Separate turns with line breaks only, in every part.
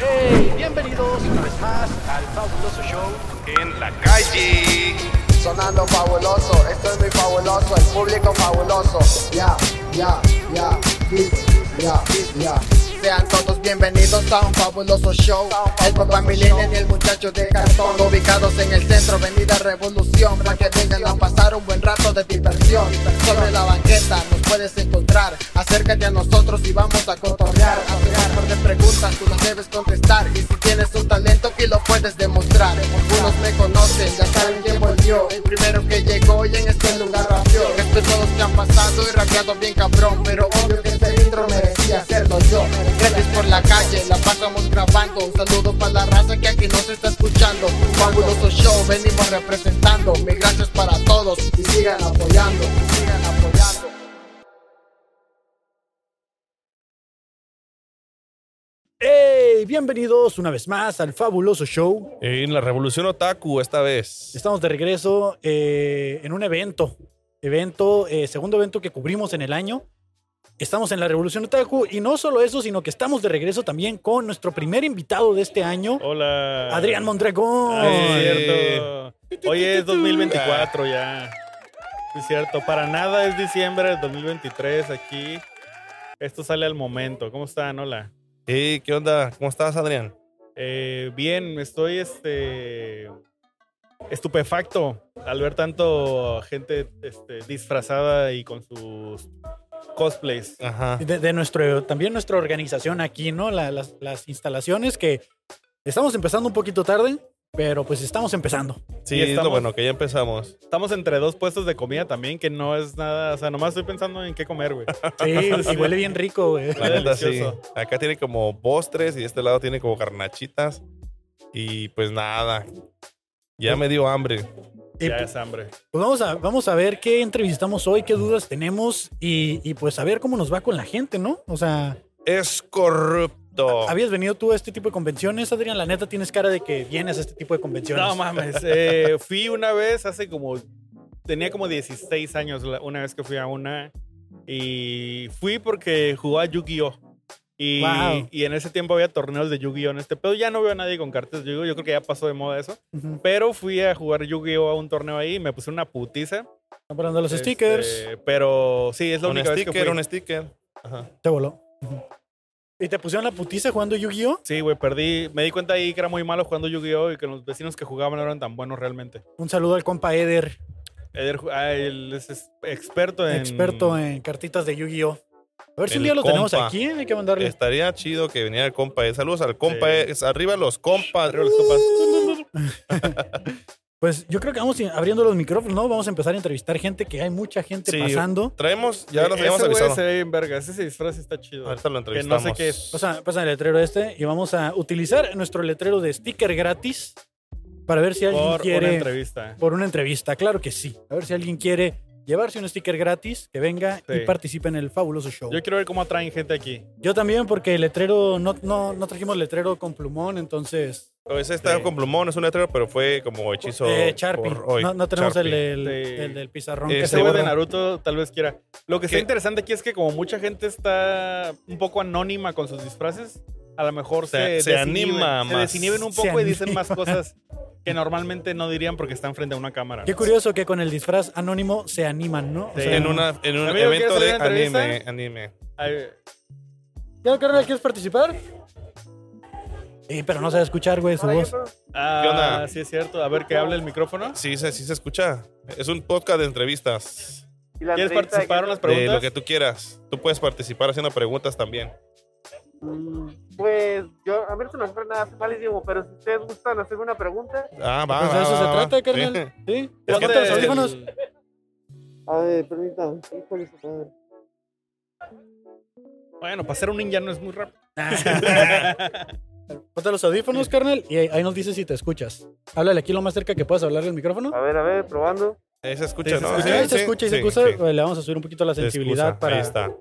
Eh, Bienvenidos una vez más al fabuloso show en la calle.
Sonando fabuloso, esto es muy fabuloso, el público fabuloso. Ya, ya, ya, sí, ya, ya. Sean todos bienvenidos a un fabuloso show. El papá Milenio y el muchacho de cartón, ubicados en el centro, Avenida Revolución, para que vengan a pasar un buen rato de diversión. Sobre la banqueta nos puedes encontrar. Acércate a nosotros y vamos a cotorrear. A pegar por de preguntas, tú las debes contestar. Y si tienes un talento que lo puedes demostrar. Algunos me conocen, ya saben quién volvió. El primero que llegó y en este lugar rapió. Respeto a los que han pasado y rapeado bien cabrón. Pero obvio que este intro merecía hacerlo yo. Gracias por la calle, la pasamos grabando. Un saludo para la raza que aquí nos está escuchando. Fabuloso show, venimos representando. Mil gracias para todos y sigan apoyando. y Sigan apoyando.
¡Hey! Bienvenidos una vez más al fabuloso show.
En la revolución otaku esta vez.
Estamos de regreso eh, en un evento. Evento, eh, segundo evento que cubrimos en el año. Estamos en la Revolución Otaku y no solo eso, sino que estamos de regreso también con nuestro primer invitado de este año,
Hola.
Adrián Mondragón.
Ah, es
Eh.
cierto. Hoy es 2024 ya. Es cierto. Para nada es diciembre del 2023 aquí. Esto sale al momento. ¿Cómo están? Hola.
Hey, Eh, ¿Qué onda? ¿Cómo estás, Adrián?
Eh, bien, estoy este estupefacto al ver tanto gente este, disfrazada y con sus cosplays.
Ajá.
de, de nuestro, también nuestra organización aquí, ¿no? La- las, las instalaciones que estamos empezando un poquito tarde, pero pues estamos empezando.
Sí,
Y
es lo
estamos-
bueno, que ya empezamos.
Estamos entre dos puestos de comida también, que no es nada. O sea, nomás estoy pensando en qué comer, güey.
Sí, y huele bien rico, güey.
La neta, sí.
Delicioso.
Acá tiene como postres y de este lado tiene como carnachitas. Y pues nada. Ya me dio hambre.
Y,
Ya es hambre.
Pues vamos a, vamos a ver qué entrevistamos hoy, qué dudas tenemos y, y pues a ver cómo nos va con la gente, ¿no? O sea,
Es corrupto.
¿habías venido tú a este tipo de convenciones, Adrián? La neta, tienes cara de que vienes a este tipo de convenciones.
No mames. eh, fui una vez hace como. Tenía como 16 años la- una vez que fui a una. Y fui porque jugaba Yu-Gi-Oh! Y,
Wow.
y en ese tiempo había torneos de Yu-Gi-Oh! en este pedo. Ya no veo a nadie con cartas de Yu-Gi-Oh! Yo creo que ya pasó de moda eso.
Ujú.
Pero fui a jugar Yu-Gi-Oh! a un torneo ahí y me puse una putiza.
Están parando los
Este,
stickers.
Pero sí, es la
un
única vez que
sticker,
fui.
un sticker. Ajá.
Te voló. Ujú. ¿Y te pusieron la putiza jugando Yu-Gi-Oh?
Sí, güey, perdí. Me di cuenta ahí que era muy malo jugando Yu-Gi-Oh! y que los vecinos que jugaban no eran tan buenos realmente.
Un saludo al compa Eder,
Eder ju- ah, él es es- experto en.
experto en cartitas de Yu-Gi-Oh. A ver si un
El
día lo tenemos
compa.
aquí, eh, hay que mandarle.
Estaría chido que viniera el compa. eh. Saludos al compa.
Sí.
eh. Es Arriba los compas.
Arriba los compas.
Pues yo creo que vamos abriendo los micrófonos, ¿no? Vamos a empezar a entrevistar gente, que hay mucha gente
Sí.
pasando.
Traemos, ya los
Eh, Ese
habíamos
güey
avisado.
se ve bien verga. Ese se disfraz está chido.
Ahorita
Que
lo
no
entrevistamos.
sé qué es.
Pasa, pasa el letrero este y vamos a utilizar nuestro letrero de sticker gratis para ver si alguien
Por una
quiere
entrevista.
por una entrevista. Claro que sí. A ver si alguien quiere llevarse un sticker gratis, que venga y
Sí.
participe en el fabuloso show. Yo,
Yo quiero ver cómo atraen gente aquí.
también porque el letrero no, no, no trajimos letrero con plumón, entonces
Pues Ese está
Sí.
con plumón, es un letrero, pero fue como hechizo.
eh, Sharpie.
por hoy.
No, no tenemos el,
Sharpie.
el-
Sí.
el del pizarrón
Ese
que
Ese
se
güey de
borra.
Naruto tal vez quiera. Lo que está
¿Qué?
interesante aquí es que como mucha gente está un poco anónima con sus disfraces, a lo mejor se,
Se- se
desinhiben-
anima
Se
más.
desinhiben un
Se
poco y
anima.
dicen más cosas que normalmente no dirían porque están frente a una cámara.
Qué curioso que con el disfraz anónimo se animan, ¿no? O
Sí.
sea,
En, una, en un
Amigo, ¿quieres
evento de
hacer una entrevista?
anime, anime.
Ay,
¿Ya, carnal, quieres participar? Sí, pero no sabe escuchar, güey, su voz.
Ah,
¿Qué onda?
sí es cierto. A ver, que hable el micrófono.
Sí, se, sí se escucha. Es un podcast de entrevistas.
¿Y la
¿Quieres
entrevista de
participar en
qué
las
De
preguntas?
lo que tú quieras. Tú puedes participar haciendo preguntas también.
se- Mm, Pues yo, a mí no se me ocurre nada, soy malísimo, pero si ustedes gustan hacerme una pregunta.
Ah, va.
Pues de
va,
eso
va,
se
va.
trata,
Sí.
carnal. Sí.
Es que
Ponte
te-
los
es que-
audífonos.
A ver, permítame. Híjole, su madre.
Bueno, para ser un ninja no es muy rápido.
Ponte los audífonos, carnal, y ahí ahí nos dices si te escuchas. Háblale aquí lo más cerca que puedas hablarle al micrófono.
A ver, a ver, probando.
Ahí
Sí,
se escucha,
se
¿no?
Pues
escucha.
ahí
Sí,
se
sí,
escucha y
sí,
se escucha.
sí.
Le vamos a subir un poquito la
Se escucha.
sensibilidad
Ahí
para,
está.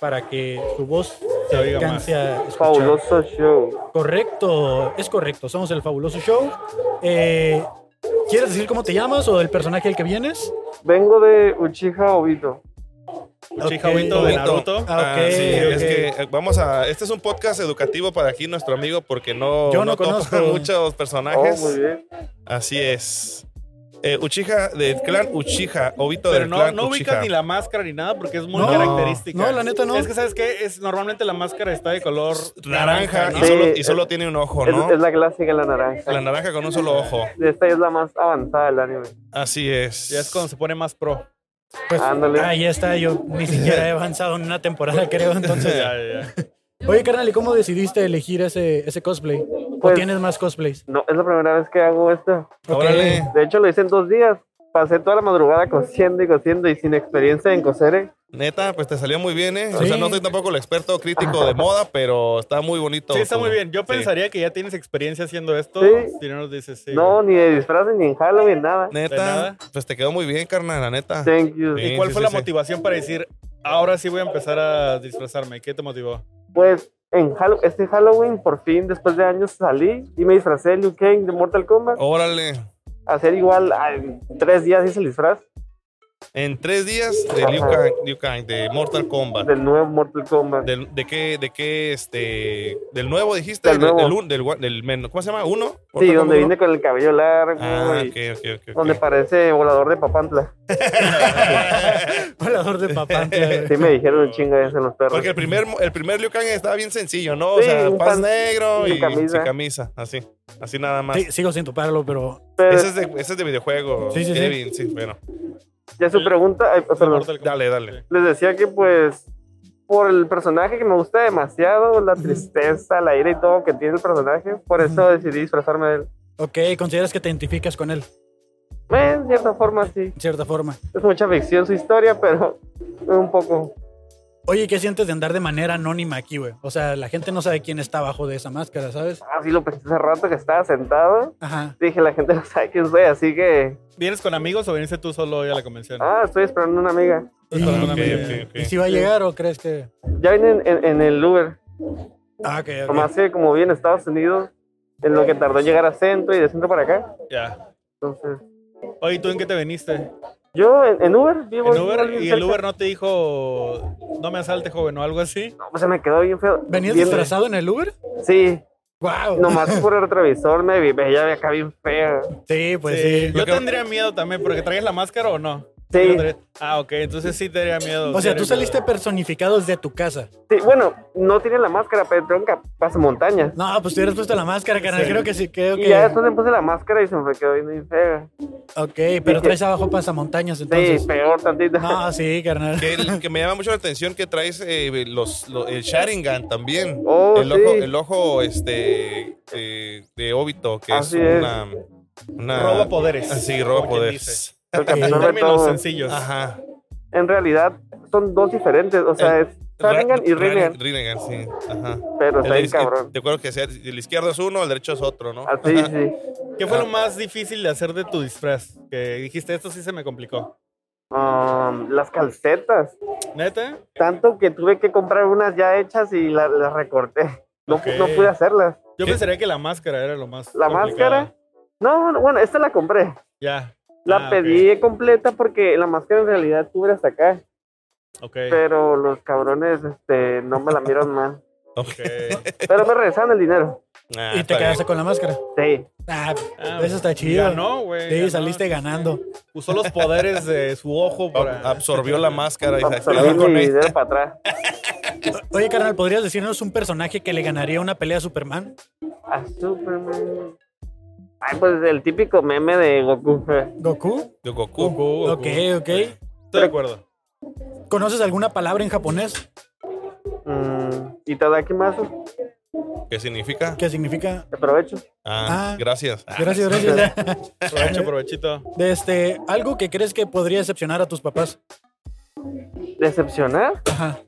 para que su voz se
Se oiga
alcance a escuchar.
Fabuloso show.
Correcto, es correcto. Somos el fabuloso show. Eh, ¿Quieres decir cómo te llamas o el personaje al que vienes?
Vengo de Uchiha Obito.
Uchi Jabito de Naruto.
Ah,
Ah, sí,
ok,
es
ok.
que eh, vamos a. Este es un podcast educativo para aquí nuestro amigo porque no,
Yo no
topa
conozco.
muchos
Oh,
personajes.
muy bien.
Así es. Eh, Uchiha del clan Uchiha, Obito
Pero
del
no,
clan
no
Uchiha.
ubicas ni la máscara ni nada porque es muy
No,
característica.
no, la neta no.
Es que, ¿sabes qué? Es, normalmente la máscara está de color
Naranja y
Sí,
solo, y
es-
solo tiene un ojo,
Es,
¿no?
es la clásica, la naranja.
La naranja con un solo ojo.
Esta es la más avanzada del anime.
Así es.
Ya es cuando se pone más pro.
Pues,
Ándale.
ahí está, yo ni siquiera he avanzado en una temporada, creo, entonces.
Ya, ya, ya.
Oye, carnal, ¿y cómo decidiste elegir ese, ese cosplay? ¿O
Pues-
tienes más cosplays?
No, es la primera vez que hago esto.
Órale.
De hecho, lo hice en dos días. Pasé toda la madrugada cosiendo y cosiendo y sin experiencia en coser. ¿eh?
Neta, pues te salió muy bien, ¿eh? O
Sí.
sea, no soy tampoco el experto crítico de moda, pero está muy bonito.
Sí, está
tu-
muy bien. Yo
sí.
pensaría que ya tienes experiencia haciendo esto.
Sí.
Si no nos dices, sí.
No, ni de disfraces, ni en Halloween, nada.
De nada.
Neta, pues te quedó muy bien, carnal, la neta.
Thank you.
Sí.
¿Y cuál fue la
sí.
motivación para decir, ahora sí voy a empezar a disfrazarme? ¿Qué te motivó?
Pues en Hall- este Halloween, por fin, después de años, salí y me disfracé de Liu Kang de Mortal Kombat.
Órale.
Hacer igual, ah, en tres días hice el disfraz
En tres días de Liu
Ajá.
Kang, Liu Kang, de Mortal Kombat.
del nuevo Mortal Kombat.
Del, ¿De qué? ¿De qué? Este, ¿Del nuevo dijiste?
Del nuevo.
Del, un- del, gua- del men- ¿Cómo se llama? ¿Uno?
sí, donde
¿Mortal Kombat
vine con el cabello largo
uno? Ah,
y
ok, ok, ok. ok.
donde parece volador de papantla.
Volador de papá.
Sí, me dijeron un chingo de eso en los perros.
Porque el primer, el primer Liu Kang estaba bien sencillo, ¿no? O
Sí,
sea,
un
paz
pan-
negro
sin
y
camisa.
sin camisa. Así. Así nada más.
sigo sin toparlo, pero
Pero
Ese es, de, ese es de videojuego.
Sí, sí, sí.
Kevin, sí. bueno.
ya su pregunta, ay, perdón.
Mortal Kombat.
Dale, dale.
les decía que pues por el personaje que me gusta demasiado, la tristeza, la ira y todo que tiene el personaje, por eso decidí disfrazarme de él.
ok, consideras que te identificas con él,
Eh, en cierta forma sí,
de cierta forma.
es mucha ficción su historia, pero un poco.
Oye, ¿qué sientes de andar de manera anónima aquí, güey? O sea, la gente no sabe quién está abajo de esa máscara, ¿sabes?
Así ah, lo pensé hace rato que estaba sentado.
Ajá.
Dije, la gente no sabe quién soy, así que...
¿Vienes con amigos o viniste tú solo hoy a la convención?
Ah, estoy esperando una amiga.
¿Y,
Ah,
Ok,
ok,
ok,
y
ok.
si va a llegar o crees que...?
Ya vine en, en- en el Uber.
Ah, ok, ok.
Nomás que como vi en Estados Unidos, en lo que tardó en llegar a centro y de centro para acá.
Ya.
Entonces,
Oye, ¿tú en qué te viniste?
yo en, en Uber vivo...
¿En Uber?
alguien
¿Y el
cerca.
Uber no te dijo, no me asalte, joven, o algo así?
No, pues se me quedó bien feo.
¿Venías
Bien-
disfrazado en el Uber?
Sí,
¡Wow!
Nomás por el retrovisor me vi, veía de acá bien fea.
sí, pues sí.
Yo
Lo que-
tendría miedo también, porque traías la máscara o no.
Sí,
Ah, ok, entonces sí tendría miedo.
O sea, tú
Tendría
saliste
miedo.
personificado desde tu casa.
sí, bueno, no tiene la máscara, pero tengo que pasar montaña.
No, pues te hubieras puesto la máscara, carnal. Creo que sí, creo
Y ya
que...
después me puse la máscara y se me quedó bien, bien fea.
Ok, pero traes abajo pasamontañas,
Sí,
entonces.
peor tantito.
No, sí, carnal.
Que, el- que me llama mucho la atención que traes eh, los, lo- el Sharingan también.
Oh,
el, ojo,
sí.
el ojo este de, de óbito, que
Así
es
es.
una. una
Ah, Roba poderes.
Sí, roba
como quien
poderes.
dice.
El
En
capitán de
términos
todo.
sencillos.
Ajá.
En realidad son dos diferentes, o
Eh,
sea,
El-
es Sharingan y
Ra-
Rinnegan,
Rinnegan, sí. Ajá.
pero está
El
bien
iz-
cabrón.
Te acuerdo que sea- el izquierdo es uno, el derecho es otro, ¿no?
Así, sí.
¿Qué fue lo más difícil de hacer de tu disfraz? Que dijiste, esto sí se me complicó.
Um, las calcetas.
¿Neta?
Tanto que tuve que comprar unas ya hechas y la- las recorté. No,
Ok.
no pude hacerlas.
Yo
¿Qué?
pensaría que la máscara era lo más
¿La
complicado.
máscara? No, no, bueno, esta la compré.
Ya.
La
Ah,
pedí completa porque la máscara en realidad cubre hasta acá,
Ok.
pero los cabrones este, no me la miraron mal.
Ok.
ok.
Pero me regresaron el dinero.
Ah,
Y te
está
quedaste
bien.
con la máscara.
Sí,
Ah,
Ah,
eso está
y
chido.
Ganó, güey.
Sí,
ganó.
saliste ganando.
Usó los poderes de su ojo para...
Absorbió la máscara y se
absorbí
quedó con
mi
ella.
dinero para atrás.
Oye, carnal, ¿podrías decirnos un personaje que le ganaría una pelea a Superman?
A Superman. Ah, Ay, pues el típico meme de Goku. eh.
¿Goku?
De Goku.
Goku, Goku.
Ok, ok.
Estoy de acuerdo.
¿Conoces alguna palabra en japonés
Mm, y Tadakimasu,
¿Qué significa?
que significa...
te aprovecho.
Ah,
Ah.
gracias. Ah,
Gracias, gracias.
Provecho, provechito.
De este, algo que crees que podría decepcionar a tus papás.
¿Decepcionar?
Ajá.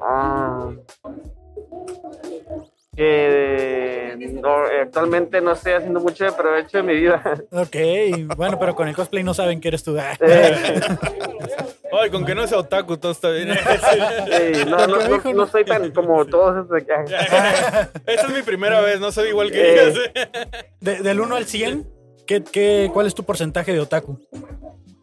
Ah. Que Eh, no, actualmente no estoy haciendo mucho de provecho en mi vida.
Ok, bueno, pero con el cosplay no saben que eres tú. Ah.
Eh,
Ay, con que no sea otaku, todo está bien.
sí, no, no, no, no soy tan como todos esos de acá.
Esta es mi primera vez, no soy igual que ellos.
De- del 1 al 100, ¿qué, qué, cuál es tu porcentaje de otaku?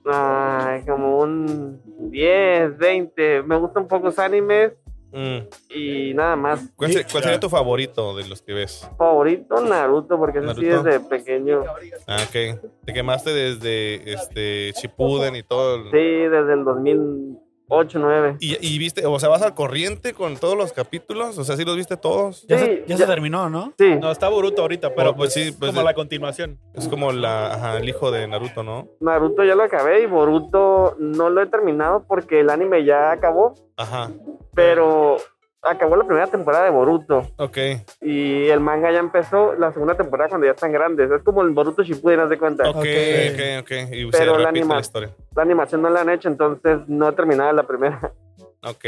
Ay, como un 10, 20. Me gustan pocos animes
Mm.
y nada más.
¿Cuál, se-
Sí,
cuál sería tu favorito de los que ves?
Favorito Naruto, porque ese sí
Naruto.
desde pequeño.
Ah, ok. Te quemaste desde este Shippuden y todo. el-
Sí, desde el 2008, 9.
¿Y, y viste, o sea, vas al corriente con todos los capítulos, o sea, sí los viste todos.
Ya,
Sí,
se, ya se
ya-
terminó, ¿no?
Sí,
No, está Boruto ahorita, pero
Oh, pues
pues,
sí, pues
como
de-
la continuación.
Es como la, ajá, el hijo de Naruto, ¿no?
Naruto ya lo acabé y Boruto no lo he terminado porque el anime ya acabó,
Ajá,
pero acabó la primera temporada de Boruto
ok.
y el manga ya empezó la segunda temporada cuando ya están grandes. Es como el Boruto Shippuden, haz de cuenta.
Ok, ok, ok. Y se
Pero la
repite la
anima-
historia.
La animación no la han hecho, entonces no he terminado la primera.
Ok.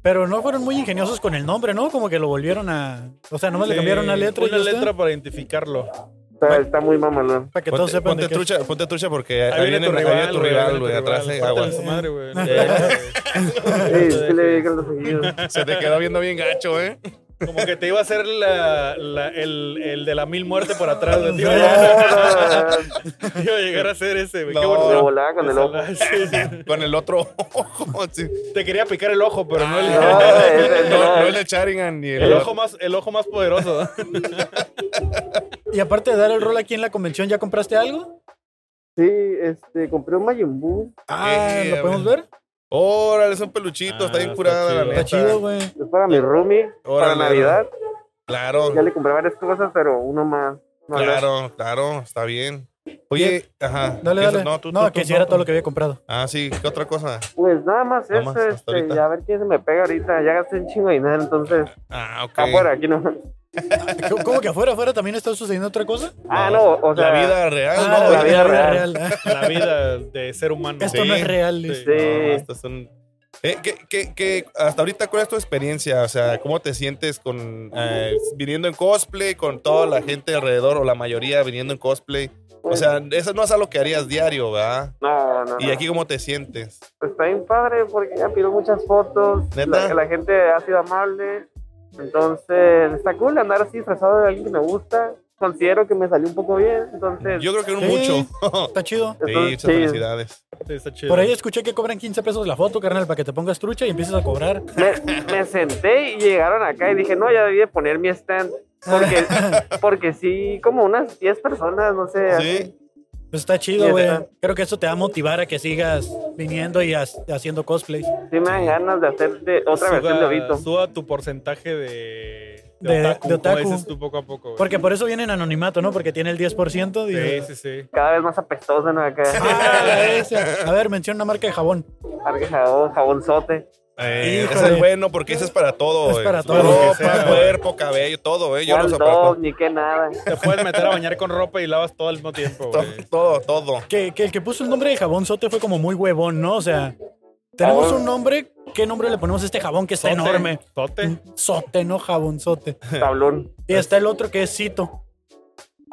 Pero no fueron muy ingeniosos con el nombre, ¿no? Como que lo volvieron a. O sea, nomás le
Sí,
cambiaron una letra. y
Una
ya está,
letra para identificarlo.
Pero está muy mamalón.
Para que todos
Ponte,
sepan
ponte
de qué. es.
trucha, ponte trucha porque ahí,
Ahí viene tu rival,
tu
güey, ahí
rival,
viene tu
güey, atrás.
rival.
eh,
Pártale
aguas.
su madre, güey.
Eh,
Sí, sí le digo los seguidos.
Se te quedó viendo bien gacho, ¿eh?
Como que te iba a hacer la, la- el, el de la mil muerte por atrás, güey. Te
No,
iba a llegar-
no,
te iba a llegar a hacer ese, güey.
No.
Qué
no,
bueno.
de volada con el ojo.
Sí, sí.
Con el otro ojo. sí. Ah,
Te quería picar el ojo, pero no el,
No, ese
No,
no.
no el de Sharingan ni el,
el
otro.
ojo más, el ojo más poderoso.
Y aparte de dar el rol aquí en la convención, ¿ya compraste algo?
Sí, este, compré un Majin Buu.
Ah,
Eh,
¿lo podemos
güey.
ver?
Oh.
Órale, es un peluchito,
Ah,
está bien
está
curada la
chido.
neta.
Está chido, güey.
Es para mi roomie, para
Órale.
Navidad.
Claro,
Ya le compré varias cosas, pero uno más. No le-
claro, claro, está bien. Oye, ajá.
Dale,
eso-
dale. No,
tú- tú-
que
tú-
si era
no,
todo
tú.
lo que había comprado.
Ah, sí, ¿qué otra cosa?
Pues nada más
Nada
eso,
más, hasta
este,
ahorita.
ya a ver quién se me pega ahorita. Ya gasté un chingo de dinero, entonces
Ah, ok.
afuera, aquí no.
¿Cómo- ¿Cómo que afuera, afuera también está sucediendo otra cosa?
Ah, no, o sea,
la vida real,
Ah,
¿no?
la vida real.
real. Ah,
La vida de ser humano.
Esto
Sí.
no es real.
Sí.
dice.
Sí.
No, esto es un- Eh, ¿qué- qué- qué- hasta ahorita, ¿cuál es tu experiencia? O sea, ¿cómo te sientes con eh, viniendo en cosplay, con toda la gente alrededor o la mayoría viniendo en cosplay? O sea, eso no es algo que harías diario, ¿verdad?
no, no,
¿Y
no.
aquí cómo te sientes?
Está bien padre porque ya pido muchas fotos.
¿Neta?
La, la gente ha sido amable. Entonces, está cool andar así disfrazado de alguien que me gusta. Considero que me salió un poco bien. Entonces,
Yo creo que no
Sí.
mucho.
Está chido.
Sí,
entonces,
muchas felicidades.
Sí, está chido.
Por ahí escuché que cobran 15 pesos la foto, carnal, para que te pongas trucha y empieces a cobrar.
me, me senté y llegaron acá y dije, no, ya debí de poner mi stand. Porque, porque sí, como unas 10 personas, no sé.
Sí.
Pues está chido,
Ya
güey.
está.
Creo que eso te va a motivar a que sigas viniendo y has- haciendo cosplays.
Sí me dan ganas de hacer de otra versión de Obito.
Suba tu porcentaje de, de,
De- de
otaku, como
otaku.
dices tú poco a poco. güey.
Porque por eso vienen anonimato, ¿no? Porque tiene el 10%.
Sí,
digo.
sí, sí.
Cada vez más apestosa, ¿no? Acá.
Ah, la bestia. A ver, menciona una marca de jabón.
Arque jabón, jabonzote.
Eh,
Híjole.
ese es bueno porque ese es para todo.
Es
eh.
para todo.
Ropa,
Lo que sea,
cuerpo, cabello, todo, ¿eh? Yo
¿Cuál
lo
dog?
soporto.
Ni qué nada.
Te puedes meter a bañar con ropa y lavas todo al mismo tiempo,
Todo,
güey.
todo, todo.
Que, que el que puso el nombre de jabón sote fue como muy huevón, ¿no? O sea, tenemos
Jabón.
un nombre. ¿Qué nombre le ponemos a este jabón que está
Sote,
enorme? Mm,
Sote.
Sote, no jabonzote.
Tablón.
Y está el otro que es Cito.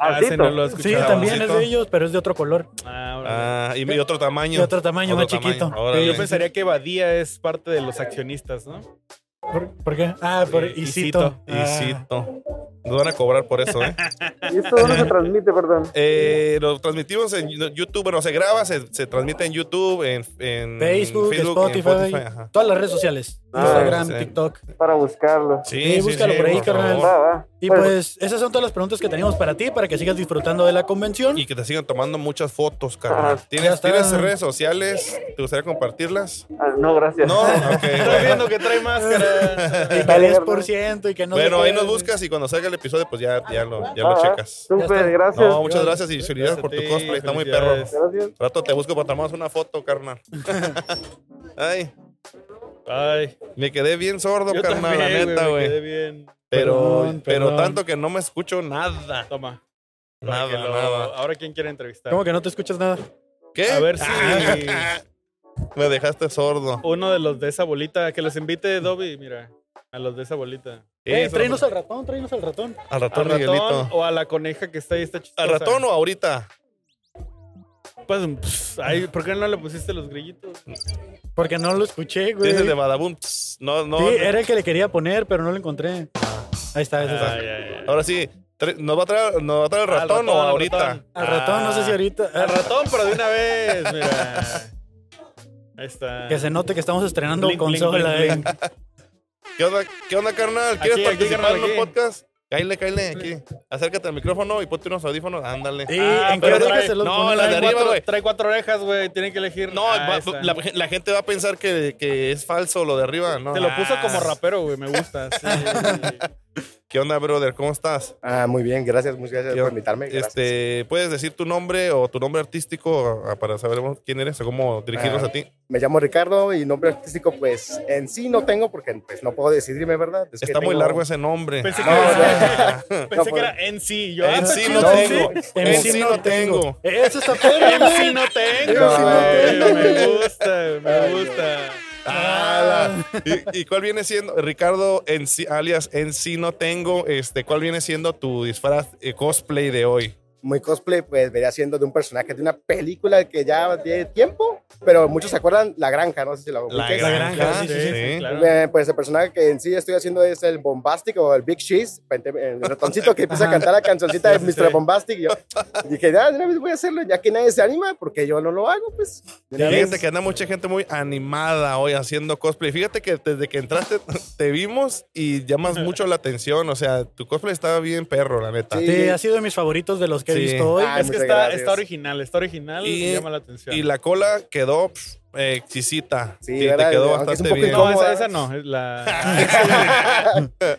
Ah, ese
Asito.
no lo he
Sí,
escuchado.
también es
Jaboncito.
de ellos, pero es de otro color.
Ah, órale.
Ah, y y otro tamaño.
Y otro tamaño más chiquito.
Órale.
Yo pensaría que Badía es parte de los accionistas, ¿no?
¿Por, por qué? Ah, por Ah.
Sí,
Isito.
Y cito. Nos van a cobrar por eso, ¿eh?
Y esto no se transmite, perdón.
Eh, lo transmitimos en YouTube, bueno, se graba, se, se transmite en YouTube, en, en
Facebook,
Mm, en
Spotify,
ajá.
todas las redes sociales.
Ah,
Instagram,
sí.
TikTok.
Para buscarlo.
Sí,
Sí, búscalo por ahí, carnal.
Va, va.
Y
Pues,
pues esas son todas las preguntas que teníamos para ti, para que sigas disfrutando de la convención.
Y que te sigan tomando muchas fotos,
Ah,
carnal.
ya
¿Tienes,
está.
¿Tienes redes sociales? ¿Te gustaría compartirlas?
ah, no, gracias.
No, ok.
Estoy
bueno.
viendo que trae máscara.
Y que el 10% y que no sé
Bueno,
qué.
ahí nos buscas y cuando salga el episodio, pues ya, ya lo, ya
Va,
lo
va.
checas.
Ya está.
Súper, gracias.
No, muchas gracias y
Gracias
felicidades
a
por tu
ti,
cosplay, está muy perro.
felicidades.
Gracias.
Rato te busco para tomarnos una foto, carnal. Ay,
Ay,
me quedé bien sordo,
yo
carnal,
también,
la neta,
me
güey.
quedé bien.
Pero,
Perdón,
pero
perdón.
tanto que no me escucho nada.
Toma. para
Nada,
que lo-
nada.
Ahora, ¿quién quiere entrevistar?
¿Cómo que no te escuchas nada?
¿Qué?
A ver si-
me dejaste sordo.
Uno de los de esa bolita, que los invite Dobby, mira. A los de esa bolita.
Eh,
Eso,
tráenos al ratón, tráenos al ratón.
al
¿Al
ratón,
ratón
Miguelito.
o a la coneja que está ahí? Está chistosa.
¿Al ratón o ahorita?
Pues, pss, ay, ¿Por qué no le pusiste los grillitos?
Porque no lo escuché, güey.
Es el de
Sí,
Badabun. Pss, No, no.
era el que le quería poner, pero no lo encontré. Ahí está, ese está.
Ay, ay, ay.
Ahora sí, tra- ¿nos va a traer, nos va a traer el
Al
ratón,
ratón,
o
al
ahorita?
ratón.
Al ratón, no sé si ahorita.
Al ratón, pero de una vez, mira. Ahí está.
Que se note que estamos estrenando
Blink, blink,
consola.
blink,
eh.
blink.
¿Qué onda, qué onda, carnal? ¿Quieres
Aquí, aquí,
participar
carnal,
en un
aquí.
podcast? Cáile, cáile, aquí. Acércate al micrófono y ponte unos audífonos. Ándale.
Sí,
Ah,
¿en qué
pero
oreja
trae-
se los
no,
pones?
la de
Trae
arriba,
cuatro-
güey.
Trae cuatro orejas, güey. Tienen que elegir.
No,
Ah,
va-
esta.
la, la gente va a pensar que, que es falso lo de arriba. No.
Te lo puso
Ah.
como rapero, güey. Me gusta. sí.
¿Qué onda, brother? ¿Cómo estás?
Ah, muy bien, gracias, muchas gracias
Yo-
por invitarme. gracias.
Este, ¿Puedes decir tu nombre o tu nombre artístico ah, para saber quién eres o cómo dirigirnos
Ah.
a ti?
Me llamo Ricardo y nombre artístico, pues en sí no tengo porque pues, no puedo decidirme, ¿verdad? Es que
Está muy
tengo-
largo ese nombre.
Pensé que,
No,
era-
No,
pensé que
pues-
era NC. Yo,
En
ah,
sí
está
no
chido,
tengo.
sí.
En
En
sí
sí
no tengo.
Eso está perro,
En
güey.
sí no tengo.
No,
güey,
no.
Me gusta, me gusta.
Ah, ¿Y, y cuál viene siendo, Ricardo, en sí- alias en sí no tengo, este, cuál viene siendo tu disfraz eh, cosplay de hoy?
Muy cosplay, pues venía siendo de un personaje de una película que ya tiene tiempo, pero muchos se acuerdan, La Granja, no sé si la ubiques.
Granja. sí, sí, sí,
claro.
Eh, pues el personaje que en sí estoy haciendo es el Bombastic o el Big Cheese, pente- el ratoncito que empieza a cantar la cancioncita de Mr. Bombastic. Y yo dije, ya, de una vez voy a hacerlo, ya que nadie se anima, porque yo no lo hago, pues. De una vez.
Fíjate que anda mucha gente muy animada hoy haciendo cosplay. Fíjate que desde que entraste te vimos y llamas mucho la atención. O sea, tu cosplay estaba bien perro, la neta.
Sí.
Sí, ha sido de mis favoritos de los que he
Sí.
visto hoy.
Ah,
Es que
muchas
está,
gracias.
está original, está original y,
Y-
llama la atención.
Y la cola quedó pff, eh, exquisita.
Sí,
Sí, te
¿verdad?
quedó
Aunque es un
bastante
poco
bien.
no,
incómoda.
esa, esa no, es la...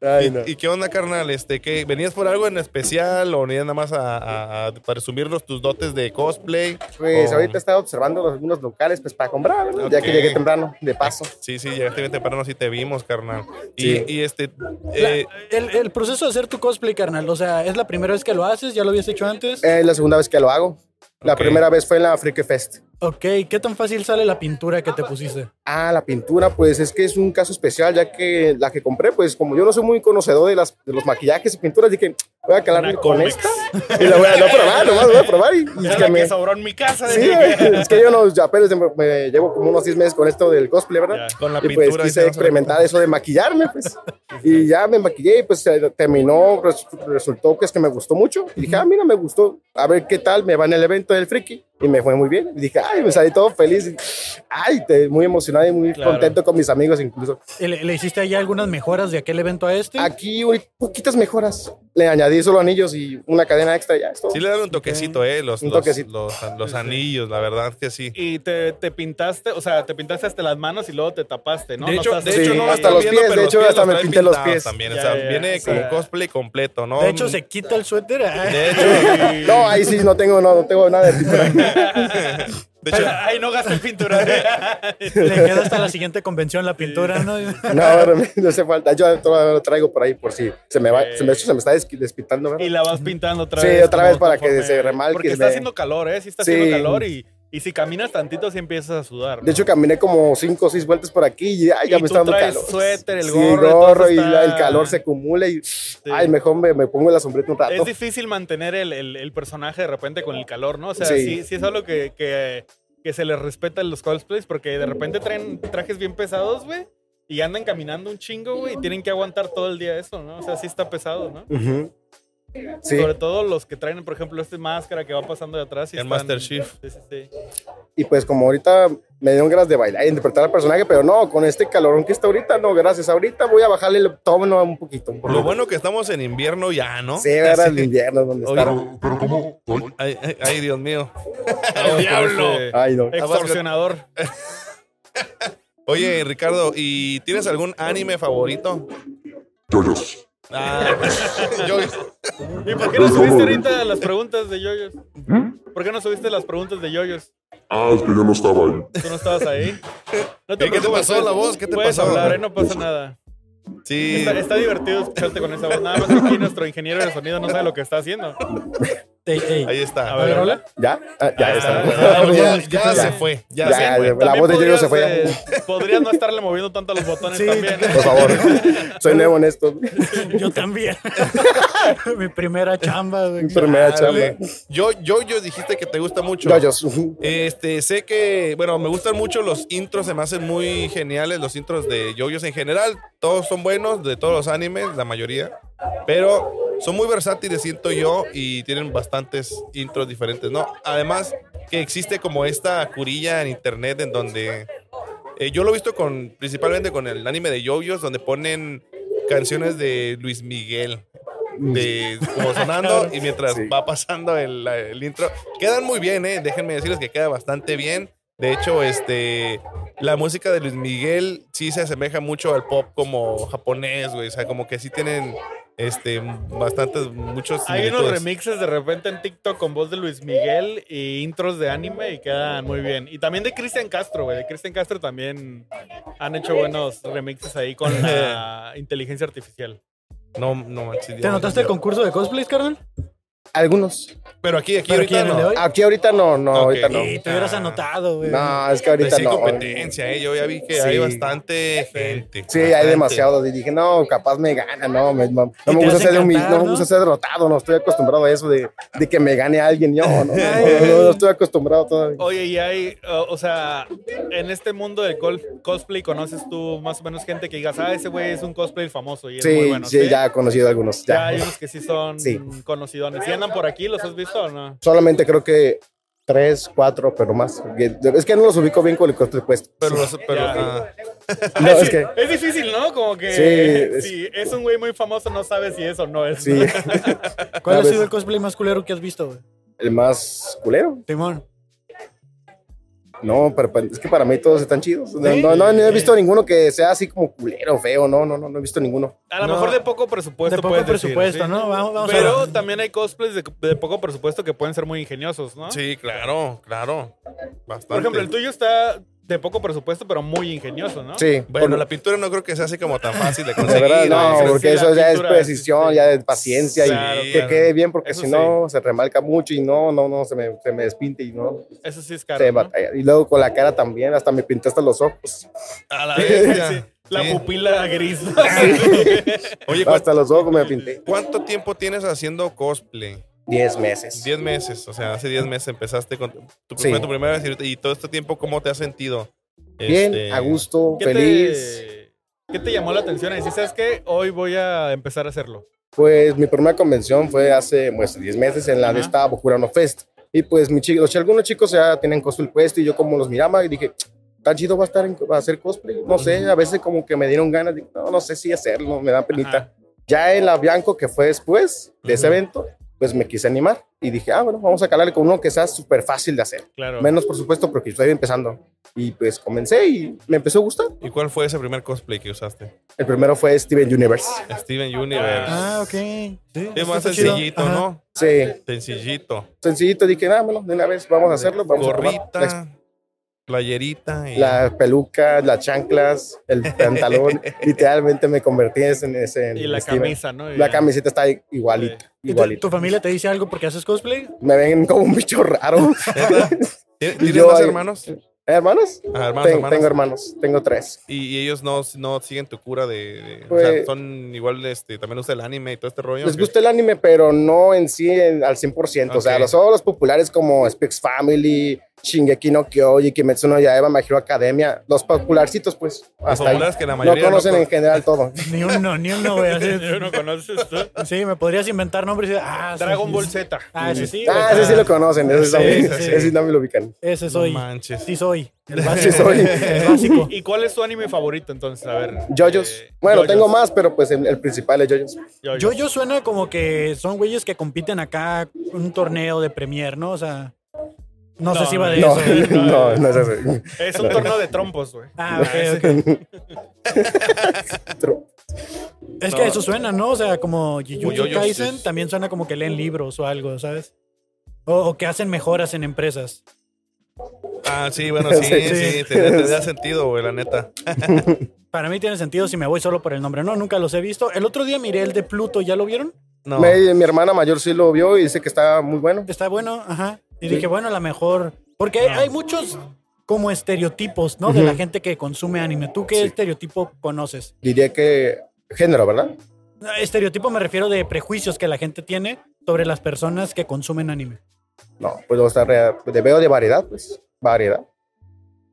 Ay, no.
¿Y, y qué onda, carnal? Este, ¿qué, ¿Venías por algo en especial o venías nada más a, a- a- para subirnos tus dotes de cosplay?
Pues
O-
ahorita estaba observando algunos locales pues para comprar, ¿verdad? ya que
Oh. Ok.
llegué temprano, de paso.
Sí, sí, llegaste bien temprano, sí te vimos, carnal. Y,
Sí.
y este...
La-
eh,
el, el proceso de hacer tu cosplay, carnal, o sea, ¿es la primera vez que lo haces? ¿Ya lo habías hecho antes?
Es la segunda vez que lo hago. La
Ok.
primera vez fue en la Freaky Fest.
ok, ¿qué tan fácil sale la pintura que te pusiste?
Ah, la pintura, pues es que es un caso especial, ya que la que compré, pues como yo no soy muy conocedor de, las, de los maquillajes y pinturas, dije, voy a calarme
Una
con
cómics.
esta y la voy a, la voy a probar, nomás la voy a probar. Y, y
Era
es
la
que
que
me-
sobró en mi casa.
sí,
dije.
es que yo no, ya apenas me, me llevo como unos 10 meses con esto del cosplay, ¿verdad?
Ya.
con la
Y pues
pintura...
quise experimentar eso de maquillarme, pues. Y ya me maquillé y pues eh, terminó, res- resultó que es que me gustó mucho. Y dije, ah, mira, me gustó, a ver qué tal, me va en el evento del friki. Y me fue muy bien. Y dije, ay, me salí todo feliz. Y, Ay, te- muy emocionado y muy
Claro.
contento con mis amigos incluso.
¿Le, le hiciste ahí algunas mejoras de aquel evento a este?
Aquí uy, poquitas mejoras. Le añadí solo anillos y una cadena extra ya. es todo.
Sí le dan un toquecito, ¿eh? Los,
Un
los-
toquecito.
Los, los anillos, la verdad que sí.
Y te, te pintaste, o sea, te pintaste hasta las manos y luego te tapaste, ¿no?
De
No
hecho,
estás-
de hecho
Sí,
no lo
hasta
estoy
los
viendo,
pies,
pero
de hecho,
los
hasta
pies
me
los
pinté
traen
los
pintados
pies.
También,
Ya,
o sea,
ya, ya,
viene
sí.
como cosplay completo, ¿no?
de hecho, se quita el suéter.
ah.
ay.
De hecho,
No, ahí sí no tengo, no, no tengo nada de pintura.
de hecho,
Ay, no gasté en pintura.
Le queda hasta la siguiente convención la pintura, ¿no?
No, no, me- no hace falta. Yo todavía lo traigo por ahí por si se me va,
Ok.
se me, se me está desqui- despintando, ¿verdad?
y la vas pintando otra
Sí,
vez.
otra
como
vez para que
conforme-
se remarque
Porque
y
está
se-
haciendo calor, ¿eh? Sí está
Sí.
haciendo calor y, y si caminas tantito sí empiezas a sudar. ¿no?
De hecho, caminé como cinco o seis vueltas por aquí y ay, ya me
Y tú
está dando
traes
calor.
suéter, el
Sí,
gorro,
y
entonces
la-
está-
el calor se acumula y ay, mejor me, me pongo la sombrita un
es
rato.
difícil mantener el, el- el personaje de repente con el calor, ¿no? O sea, sí,
Sí.
sí, es algo que, que, que se les respeta en los cosplays porque de repente traen trajes bien pesados, güey. Y andan caminando un chingo, güey, y tienen que aguantar todo el día eso, ¿no? O sea, sí está pesado, ¿no?
Ujú. Sí,
Sobre todo los que traen, por ejemplo, este máscara que va pasando de atrás. Y
El
están-
Master Chief.
Sí, sí, sí.
y pues como ahorita me dieron ganas de bailar e interpretar al personaje, pero no, con este calorón que está ahorita, no, gracias. Ahorita voy a bajarle el tono un poquito. por
lo
favor.
bueno que estamos en invierno ya, ¿no?
Sí, era el
Así-
invierno donde
Oye,
está.
Ay, ay, ay, Dios mío.
¡Diablo!
Ay, no.
Extorsionador.
Oye, Ricardo, ¿y tienes algún anime favorito?
Yoyos.
Ah, yo,
¿Y por qué no subiste ahorita las preguntas de yoyos?
¿Mm?
¿Por qué no subiste las preguntas de yoyos?
Ah, es que yo no estaba ahí.
Tú no estabas ahí. No
¿Qué te
preocupes,
pasó
puedes-
la voz? ¿Qué te
puedes
pasó?
hablar, ¿eh? no pasa nada.
sí.
Está, está divertido escucharte con esa voz. Nada más que aquí nuestro ingeniero de sonido no sabe lo que está haciendo.
Ey, ey.
Ahí
A
está.
A ver,
ver,
hola.
hola.
¿Ya? Ah,
Ahí
ya
está.
está.
Ah, ya, ya
Ya.
se fue. Ya,
Ya,
se fue.
ya. La voz de Yoyo se fue.
Podrías eh, no estarle moviendo tanto a los botones
Sí.
también.
Por favor, soy nuevo en esto.
Yo también. Mi primera chamba, güey.
Primera
Dale.
chamba.
Yo, yo, yo dijiste que te gusta mucho.
Yoyos. ujú.
Este, sé que, bueno, me gustan mucho los intros, se me hacen muy geniales los intros de yoyos en general. Todos son buenos, de todos los animes, la mayoría. Pero son muy versátiles, siento yo, y tienen bastantes intros diferentes, ¿no? Además, que existe como esta curilla en internet en donde eh, yo lo he visto con principalmente con el anime de Yoyos donde ponen canciones de Luis Miguel de como sonando y mientras
Sí.
va pasando el, la- el intro quedan muy bien eh déjenme decirles que queda bastante bien de hecho este la música de Luis Miguel sí se asemeja mucho al pop como japonés güey o sea como que sí tienen este bastantes muchos
Hay unos remixes de repente en TikTok con voz de Luis Miguel y intros de anime y quedan muy bien. Y también de Cristian Castro, güey. De Cristian Castro también han hecho buenos remixes ahí con la inteligencia artificial.
no no manches,
¿Te
ya-
anotaste el concurso de cosplays, carnal?
Algunos.
pero aquí aquí
¿Pero
ahorita
quién, el de
no.
hoy?
Aquí ahorita no, no,
Ok.
ahorita
Y
no.
te hubieras
Ah.
anotado, güey.
No, es que
Pues
ahorita
sí,
no.
competencia, ¿eh? Yo ya vi que
Sí.
hay bastante gente.
Sí, hay
bastante.
demasiado. Y dije, no, capaz me gana, no, me- no, no
Y
me
te
gusta
hacen
ser humi-
cantar,
no me
¿no?
gusta ser derrotado, no estoy acostumbrado a eso de, de que me gane alguien, yo, no, no,
Ay.
no, no estoy acostumbrado todavía.
Oye, y hay, o, o sea, en este mundo del col- cosplay conoces tú más o menos gente que digas, ah, ese güey es un cosplay famoso y es muy
Sí,
bueno.
sí, ya he conocido algunos,
Ya
ya.
hay unos que sí son
Sí.
conocidones. ¿Y andan por aquí? ¿Los has visto o no?
Solamente creo que tres, cuatro, pero más. porque Es que no los ubico bien con el costo de puesto.
Pero, los- pero,
Ya.
ah,
No,
Ah,
es
sí,
que...
es difícil, ¿no? Como que
Sí, es-
si es un güey muy famoso, no sabes si es o no es.
Sí,
¿Cuál ha
¿sabes?
sido el cosplay más culero que has visto, güey?
el más culero.
Timón.
No, pero pa- es que para mí todos están chidos. No,
Sí.
no, no, no he visto ninguno que sea así como culero, feo. No, no, no, no he visto ninguno.
A lo
No.
mejor de poco presupuesto.
De poco
puedes decir,
presupuesto,
¿sí?
¿no? Vamos, vamos a
Pero
ver.
también hay cosplays de, de poco presupuesto que pueden ser muy ingeniosos, ¿no?
sí, claro, claro. Bastante.
Por ejemplo, el tuyo está de poco presupuesto, pero muy ingenioso, ¿no?
Sí.
Bueno,
por-
la pintura no creo que sea así como tan fácil de
de
conseguir.
verdad,
güey.
no,
sí,
porque
la
eso ya es
pintura,
precisión,
sí.
ya es paciencia
Claro,
y que
claro.
quede bien, porque
Eso
si no se remarca mucho y no, no, no, se me, se me despinte y no
Eso sí es
se
caro. ¿no?
batalla. Y luego con la cara también, hasta me pinté hasta los ojos.
A la
Sí,
bestia.
La
Sí.
pupila gris.
Oye, ¿cuánto,
Hasta los ojos me pinté.
cuánto tiempo tienes haciendo cosplay?
Diez meses.
Diez meses. O sea, hace diez meses empezaste con tu,
Sí.
fue tu primera vez y y todo este tiempo, ¿cómo te has sentido?
Bien,
Este,
a gusto,
¿Qué
feliz.
te, ¿Qué te llamó la atención? Y si sabes que hoy voy a empezar a hacerlo.
Pues mi primera convención fue hace pues, 10 meses en la de
Ajá.
esta Bocurano Fest. Y pues mi chico, algunos chicos ya tienen cosplay puesto y yo como los miraba y dije, tan chido va a estar en- va a hacer cosplay. No sé, a veces como que me dieron ganas, de, no, no sé si hacerlo, me da penita.
Ajá.
Ya en la Bianco que fue después de ese evento, pues me quise animar y dije, ah, bueno, vamos a calarle con uno que sea súper fácil de hacer.
Claro.
Menos por supuesto porque estoy empezando. Y pues comencé y me empezó a gustar.
¿Y cuál fue ese primer cosplay que usaste?
El primero fue Steven Universe.
Steven Universe.
Ah, ok. Sí,
es
está
más
chido.
sencillito,
Ajá.
¿no?
Sí,
Sencillito.
sencillito dije, nada, bueno, de una vez vamos a hacerlo, vamos a probar.
gorrita, playerita y
las pelucas, las chanclas, el pantalón. Literalmente me convertí en ese. en
y la
Steven.
camisa, ¿no? Y
La
ya.
camiseta está igualita.
¿Y tu,
igualita.
tu familia te dice algo porque haces cosplay?
Me ven como un bicho raro.
¿Neta? ¿Tien- ¿Tienes
yo
más
ahí-
hermanos? Ah,
¿Hermanos?
hermanos,
Ten-
hermanas.
Tengo hermanos, tengo tres.
Y, y ellos no, no siguen tu cura de... de- o
Pues-
sea, son igual, este, también usa el anime y todo este rollo.
Les
¿ok?
gusta el anime, pero no en sí en- al 100%. O sea,
Ok.
los, solo los populares como Speaks Family, Shingeki no Kyoji, Kimetsu no Yaiba, My Hero Academia, los popularcitos, pues.
Los
Hasta ahí.
populares que la
No
mayoría...
conocen
no-
en general todo.
Ni uno, ni uno, güey. así-
Yo no conoces tú.
Sí, me podrías inventar nombres. y- Ah, sí,
Dragon
sí,
Ball
sí.
Z.
Ah, ese sí.
Ah, ese sí lo conocen, ese
Sí,
también,
sí, sí.
ese también lo ubican.
Ese
No
soy.
manches.
sí soy. El
Sí,
básico.
soy.
El básico.
¿Y cuál es tu anime favorito entonces? A ver.
Jojos.
eh,
bueno,
Yoyos.
tengo más, pero pues el, el principal es Jojos.
Yoyos.
Yo, yo suena como que son güeyes que compiten acá en un torneo de Premier, ¿no? O sea, no, sé
No,
si va de
No,
eso. ¿eh?
no, no es ese.
Es un torneo de trompos, güey.
Ah, ok, ok. Es que
No.
eso suena, ¿no? O sea, como
Yo-
Jujutsu
yo-
Kaisen
sí.
también suena como que leen libros o algo, ¿sabes? O, o que hacen mejoras en empresas.
Ah, sí, bueno, sí, sí,
Sí,
sí.
te, te da sentido, güey, la neta.
Para mí tiene sentido si me voy solo por el nombre. No, nunca los he visto. El otro día miré el de Pluto, ¿ya lo vieron?
No.
Me- mi hermana mayor sí lo vio y dice que está muy bueno.
Está bueno, ajá. Y
Sí.
dije, bueno, a lo mejor. Porque hay, hay muchos como estereotipos, ¿no? De la gente que consume anime. ¿Tú qué
Sí.
estereotipo conoces?
Diría que género, ¿verdad?
Estereotipo me refiero de prejuicios que la gente tiene sobre las personas que consumen anime.
No, pues o sea, re- de- veo de variedad, pues. Variedad.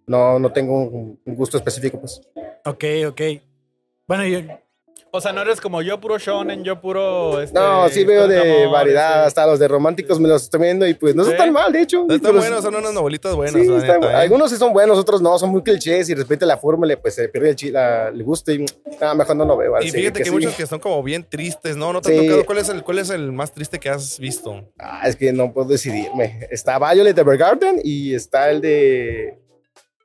No, no tengo un, un gusto específico, pues.
Ok, ok. Bueno, yo-
O sea, no eres como yo puro shonen, yo puro... este,
No, sí veo
historias
de
amor,
variedad,
este.
hasta los de románticos me los estoy viendo y pues no son
Sí.
tan mal, de hecho.
No están
Pero-
buenos, son unas novelitas buenas.
Sí,
la
están-
neta, ¿eh?
algunos sí son buenos, otros no, son muy clichés y respete la fórmula, pues se pierde el, chi- la- el gusto y ah, mejor no lo veo.
Y
así
fíjate que,
sí.
muchos que son como bien tristes, ¿no? ¿No te
Sí.
han tocado? ¿Cuál es, el, ¿Cuál es el más triste que has visto?
Ah, es que no puedo decidirme. Está Violet Evergarden y está el de.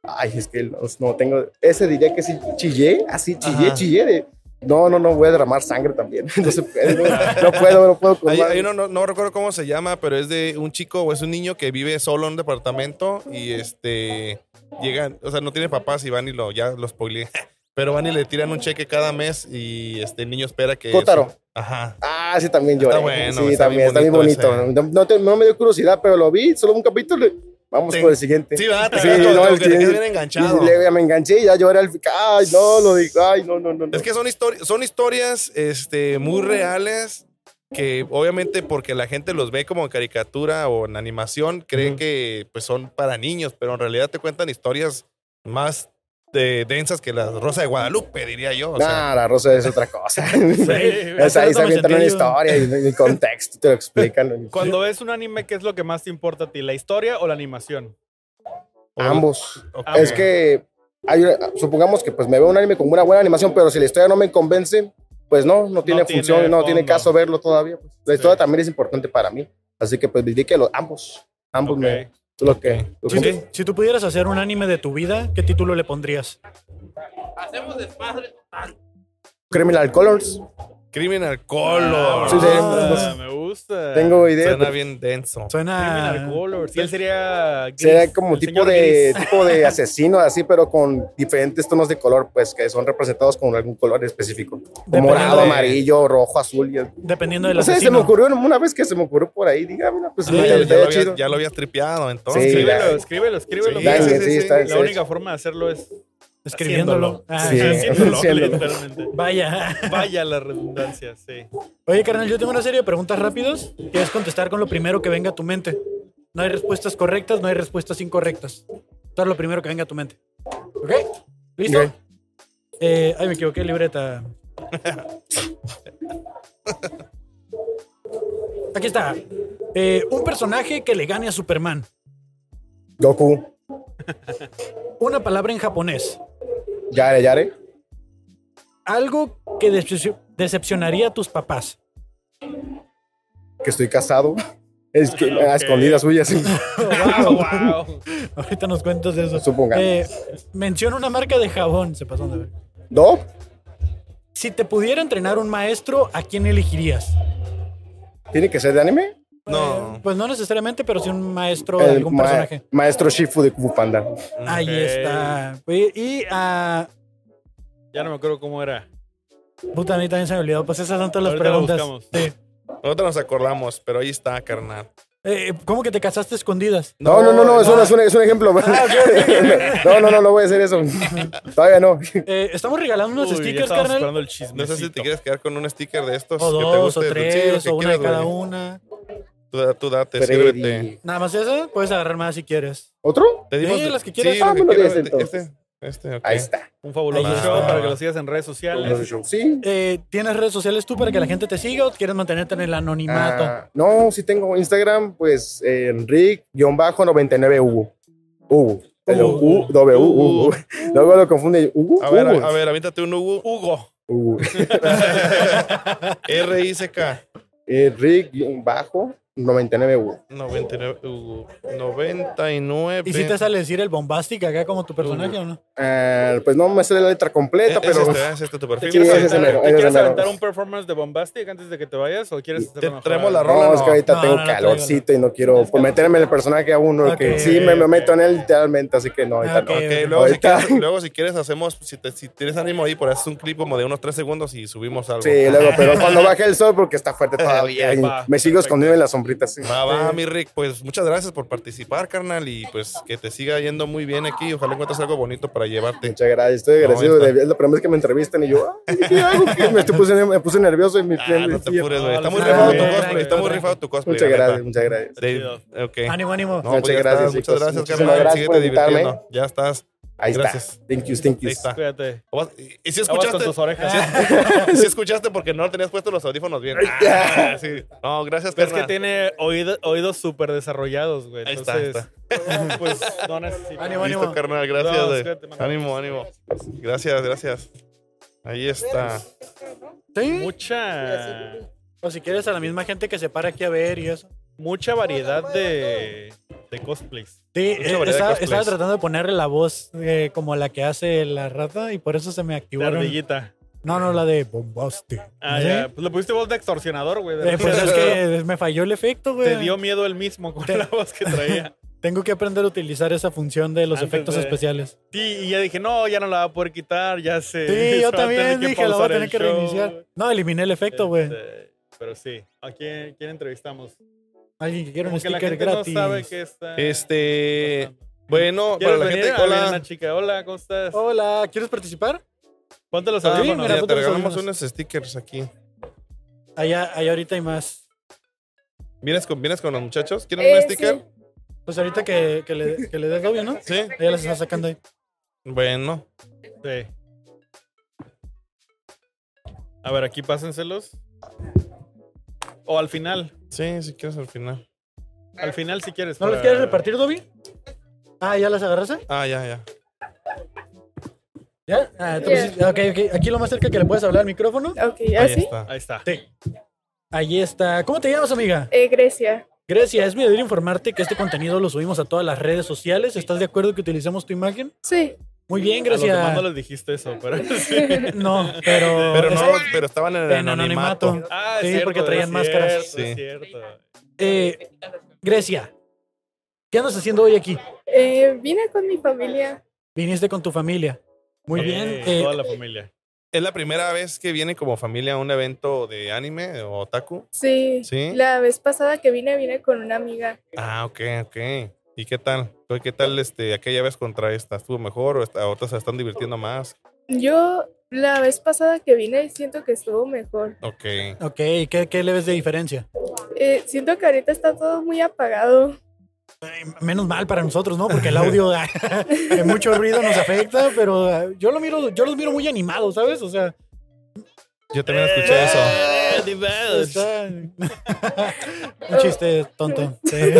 Ay, es que los- no tengo. Ese diría que sí chillé, así chillé,
Ajá.
chillé. de- No, no, no, voy a derramar sangre también. No se puede, no, no puedo, no puedo. con
Hay,
más.
hay uno, no, no recuerdo cómo se llama, pero es de un chico o es un niño que vive solo en un departamento y este llegan, o sea, no tiene papás y van y lo, ya lo spoileé, pero van y le tiran un cheque cada mes y este el niño espera que...
Kotaro.
Ajá.
Ah, sí, también lloré.
bueno,
sí,
está
también,
bien
está bien
bonito
bonito. No, no te- no me dio curiosidad, pero lo vi, solo un capítulo. y Vamos
Sí.
por el siguiente.
Sí, va,
Sí,
sí,
no, el
que te
que-
quedas bien enganchado.
Y le- ya me enganché y ya lloré al final. Ay, no, lo digo. Ay, no, no, no. no.
Es que son, histori- son historias este, muy reales que obviamente porque la gente los ve como en caricatura o en animación, cree que pues, son para niños, pero en realidad te cuentan historias más eh, densas que la Rosa de Guadalupe, diría yo. O sea,
Nah, la rosa es otra cosa. O sea,
rato
ahí se
me
avientan
sentí
una
yo.
historia y el contexto te lo explican.
este. Cuando ves un anime, ¿qué es lo que más te importa a ti? ¿La historia o la animación?
Ambos.
ok.
Es que hay una- supongamos que pues me veo un anime con una buena animación, pero si la historia no me convence, pues no, no tiene
tiene
función, no tiene
fondo.
caso verlo todavía. pues. La
Sí.
historia también es importante para mí. Así que pues diría que los ambos. Ambos
Ok.
me. es Lo que, lo
Si,
que-
tú- si tú pudieras hacer un anime de tu vida, ¿qué título le pondrías?
Criminal Colors.
Criminal Color.
Sí, sí.
Ah, me gusta.
Tengo ideas.
Suena bien denso.
Criminal
Suena.
Colors. Y él sería. Gris,
Será como
el
tipo
señor
de,
Gris.
tipo de asesino, así, pero con diferentes tonos de color, pues que son representados con algún color específico. Como
Dependiendo
morado,
de-
amarillo, rojo, azul. Y
Dependiendo del
No sé, se me
asesino.
ocurrió una vez que se me ocurrió por ahí. Diga, mira, pues
Ah,
me
ya, ya
estaría
lo habías,
chido.
ya lo habías tripeado, entonces.
Sí, la-
Escríbelo, escríbelo, escríbelo.
Sí,
Dale,
Mira,
sí,
sí, sí.
está-
La
está-
única forma de hacerlo es
Escribiéndolo.
haciéndolo.
Ah,
Sí.
Haciéndolo,
haciéndolo.
literalmente.
Vaya.
Vaya la redundancia, sí.
Oye, carnal, yo tengo una serie de preguntas rápidas. Quieres contestar con lo primero que venga a tu mente. No hay respuestas correctas, no hay respuestas incorrectas. Todo es lo primero que venga a tu mente. ¿Ok? ¿Listo?
Ok.
Eh, ay, me equivoqué, libreta. Aquí está. Eh, un personaje que le gane a Superman.
Goku,
Una palabra en japonés.
Yare, Yare.
Algo que decep- decepcionaría a tus papás.
Que estoy casado. Es que a escondidas suyas.
Wow, wow.
Ahorita nos cuentas eso.
Supongamos.
Eh, menciona una marca de jabón. Se pasó de ver.
¿No?
Si te pudiera entrenar un maestro, ¿a quién elegirías?
¿Tiene que ser de anime?
No.
Pues no necesariamente, pero sí un maestro de
El
algún
ma-
personaje.
maestro Shifu de Kung Fu Panda.
Ahí
Ok.
está. Oye, Y ah, a.
Ya no me acuerdo cómo era.
puta, a mí también se me olvidó. Pues esas son todas las
Ahorita la
preguntas.
buscamos.
Sí.
Nosotros nos acordamos, pero ahí está, carnal.
Eh, ¿Cómo que te casaste a escondidas?
No, no, no, no, es,
Oh, no.
un, es, un, es un ejemplo. no, no, no, no voy a hacer eso. Todavía no.
Eh, estamos regalando unos
Uy, ya
stickers,
estamos
carnal.
esperando el
No sé si
chismecito.
te quieres quedar con un sticker de estos.
O
que te
dos,
guste,
o
sí, lo
tres,
que
o una de
quieras,
cada
güey.
una.
Tú, da- tú date,
Freddy.
sírvete.
Nada más esa, puedes agarrar más si quieres.
¿Otro?
¿Te dimos
Sí,
de-
las que quieras.
sí, lo
Ah,
que
me lo
quieras,
des,
este,
entonces.
este, ok.
Ahí está.
Un fabuloso
Ahí está.
show para que lo sigas en redes sociales.
Sí. Mm.
Eh, ¿Tienes redes sociales tú para que la gente te siga o quieres mantenerte en el anonimato?
Ah, no, sí tengo Instagram, pues eh, Enric-99 Hugo. Hugo. El U, W, Hugo. Luego lo confunde. Hugo.
A ver,
Hugo.
a, a ver, avíntate un Hugo. Hugo.
Hugo.
R-I-C-K.
Enric-99 Hugo.
99. Hugo. 99.
¿Y si te sale decir el bombastic acá como tu personaje o no?
Ah, pues no me sale la letra
Es,
completa,
es
pero
este, es este
¿Te
tu perfil.
Sí,
quieres,
ese es el
aventar,
mero,
te
ese es
quieres
el mero.
aventar un performance de Bombastic antes de que te vayas o quieres hacer
Te
una
traemos
jornada?
la rola,
no, es que
no.
ahorita
No,
tengo
no, no,
calorcito y no quiero pues, meterme en el personaje a uno
Ok.
que sí me, me meto en él literalmente, así que no, ahorita
Ok.
no.
Ok, luego si,
Ahorita.
quieres, luego si quieres hacemos, si, te- si tienes ánimo ahí, por haces un clip como de unos 3 segundos y subimos algo.
Sí, luego, pero cuando baje el sol porque está fuerte todavía. y
va,
me sigo
perfecto.
escondiendo en las sombritas. sí.
Va, va, mi Rick, pues muchas gracias por participar, carnal, y pues que te siga yendo muy bien aquí. Ojalá encuentres algo bonito para llevarte.
Muchas gracias, estoy
No,
agradecido.
está-
de- es la primera vez que me entrevistan y yo, ay, ¿qué hago? ¿Qué? Me, estoy puse, me puse nervioso. Y mi
Ah, no te apures, güey. Está muy
Ah,
rifado tu
bien,
cosplay, está muy
tranquilo,
rifado tu cosplay.
Muchas
la neta.
gracias, muchas gracias.
De- ok.
Ánimo, ánimo.
No,
Muchas
pues ya
gracias,
estás.
chicos.
Muchas gracias,
Muchísimas
carnal.
gracias
Síguete
por invitarme.
divirtiendo. Ya estás.
Ahí
Gracias.
está. Thank you, thank you.
Ahí está.
Cuídate.
O vas- Y y si
Aguas con
escuchaste,
tus orejas.
si escuchaste porque no tenías puestos los audífonos bien. Ah, sí. No, gracias,
Pero es que
carnal.
tiene oído- oídos súper desarrollados, güey.
Ahí está, ahí
Entonces, pues no necesito.
Ánimo,
Listo,
ánimo.
carnal, gracias.
No,
güey.
espérate, mano.
ánimo, ánimo. Gracias, gracias. Ahí está.
Sí.
Mucha,
O si quieres a la misma gente que se para aquí a ver y eso.
mucha variedad de, de cosplays.
Sí, eh,
Mucha variedad de
estaba,
cosplays.
estaba tratando de ponerle la voz eh, como la que hace la rata y por eso se me
De
activaron.
ardillita.
No, no, la de bombaste.
Ah,
¿Sí?
ya. Pues le pusiste voz de extorsionador, güey. de
Eh, pues
repente.
es que me falló el efecto, güey.
Te dio miedo el mismo con
Te-
la voz que traía.
Tengo que aprender a utilizar esa función de los
Antes
efectos
de-
especiales.
Sí, y ya dije, no, ya no la va a poder quitar, ya sé.
Sí, yo también dije, la voy a tener que reiniciar. No, eliminé el efecto, güey.
Este, Pero sí, ¿a quién, quién entrevistamos?
Alguien que quiere un
Como que la
sticker
gente
gratis.
no sabe que está...
Este.
pasando.
Bueno, para
¿Quieres
la
venir?
gente.
Había
Hola.
una chica, hola, ¿cómo estás?
Hola, ¿quieres participar?
Ponte los
Ah,
audífonos.
mira,
Mira,
ponte
te
los
regalamos
audífonos.
unos stickers aquí.
Allá, allá ahorita hay más.
¿Vienes con, vienes con los muchachos? ¿Quieren
Eh,
un
sí.
sticker?
Pues ahorita que, que le, que le des Gaby, ¿no?
Sí.
Ella las está sacando ahí.
Bueno.
Sí. A ver, aquí pásenselos. O al final.
Sí, si quieres al final.
Al final, si quieres.
¿No las
para-
quieres repartir, Dobby? Ah, ¿ya las agarraste?
Ah, ya, ya.
¿Ya? Ah, tú sí. Ok, ok. Aquí lo más cerca que le puedes hablar al micrófono.
Ok,
Ahí
¿así?
está.
Ahí está.
Sí. Ahí está. ¿Cómo te llamas, amiga?
Eh, Grecia.
Grecia, es mi deber informarte que este contenido lo subimos a todas las redes sociales. ¿Estás de acuerdo que utilicemos tu imagen?
Sí.
Muy bien,
A los demás
Grecia.
no les dijiste eso, pero.
No, pero.
Pero no,
es-
pero estaban en el
En
anonimato.
anonimato.
Ah,
Sí, porque traían máscaras.
Sí.
Sí.
Es cierto.
Eh, Grecia, ¿qué andas haciendo hoy aquí?
Eh, vine con mi familia.
Viniste con tu familia. Muy
Eh,
bien. eh,
Toda la familia.
¿Es la primera vez que viene como familia a un evento de anime o otaku?
Sí.
Sí.
La vez pasada que vine, vine con una amiga.
Ah, ok, ok. ¿Y qué tal? ¿Tú ¿Qué tal este, aquella vez contra esta? ¿Estuvo mejor o esta- a otras se están divirtiendo más?
Yo la vez pasada que vine siento que estuvo mejor.
Ok.
eh, ok, ¿qué, qué le ves de diferencia?
Eh, siento que ahorita está todo muy apagado.
Ay, Menos mal para nosotros, ¿no? Porque el audio de mucho ruido nos afecta, pero ah, yo lo miro, yo los miro muy animados, ¿sabes? O sea,
Yo también
Eh,
escuché eso.
está- un chiste tonto. sí.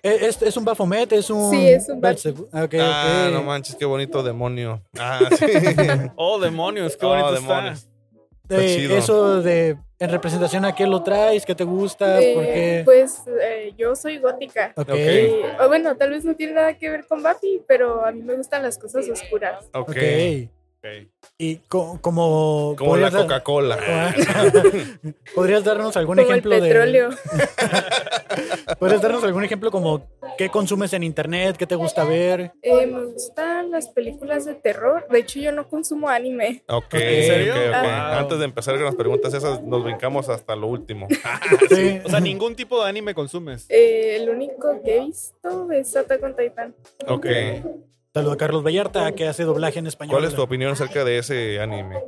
Eh, es, es un Bafomet, es un.
Sí, es un Baphomet.
Belzebú. Ok,
Ah,
ok.
no manches, qué bonito demonio. Ah, sí.
Oh, demonios, qué
Oh,
bonito
demonios.
está.
Eh,
Está chido.
eso de en representación a qué lo traes, qué te gusta,
Eh,
Ah, por qué.
Pues eh, yo soy gótica.
Ok.
ok.
Eh, o bueno, tal vez no tiene nada que ver con Buffy, pero a mí me gustan las cosas oscuras.
Ok.
ok.
Ok.
Y co- como.
Como la
podrías dar- Ah,
Coca-Cola.
¿Podrías darnos algún
Como el
ejemplo de-
petróleo.
¿Podrías darnos algún ejemplo como qué consumes en internet, qué te gusta ver?
Eh, me gustan las películas de terror. De hecho, yo no consumo anime.
Ok,
¿En
serio?
ok, ok.
Ah.
Antes de empezar con las preguntas esas, nos brincamos hasta lo último.
Sí.
Ah, O sea, ningún tipo de anime consumes.
Eh, el único que he visto es Attack on Titan.
Ok.
Saludo a Carlos Vallarta, que hace doblaje en español.
¿Cuál es tu opinión acerca de ese anime?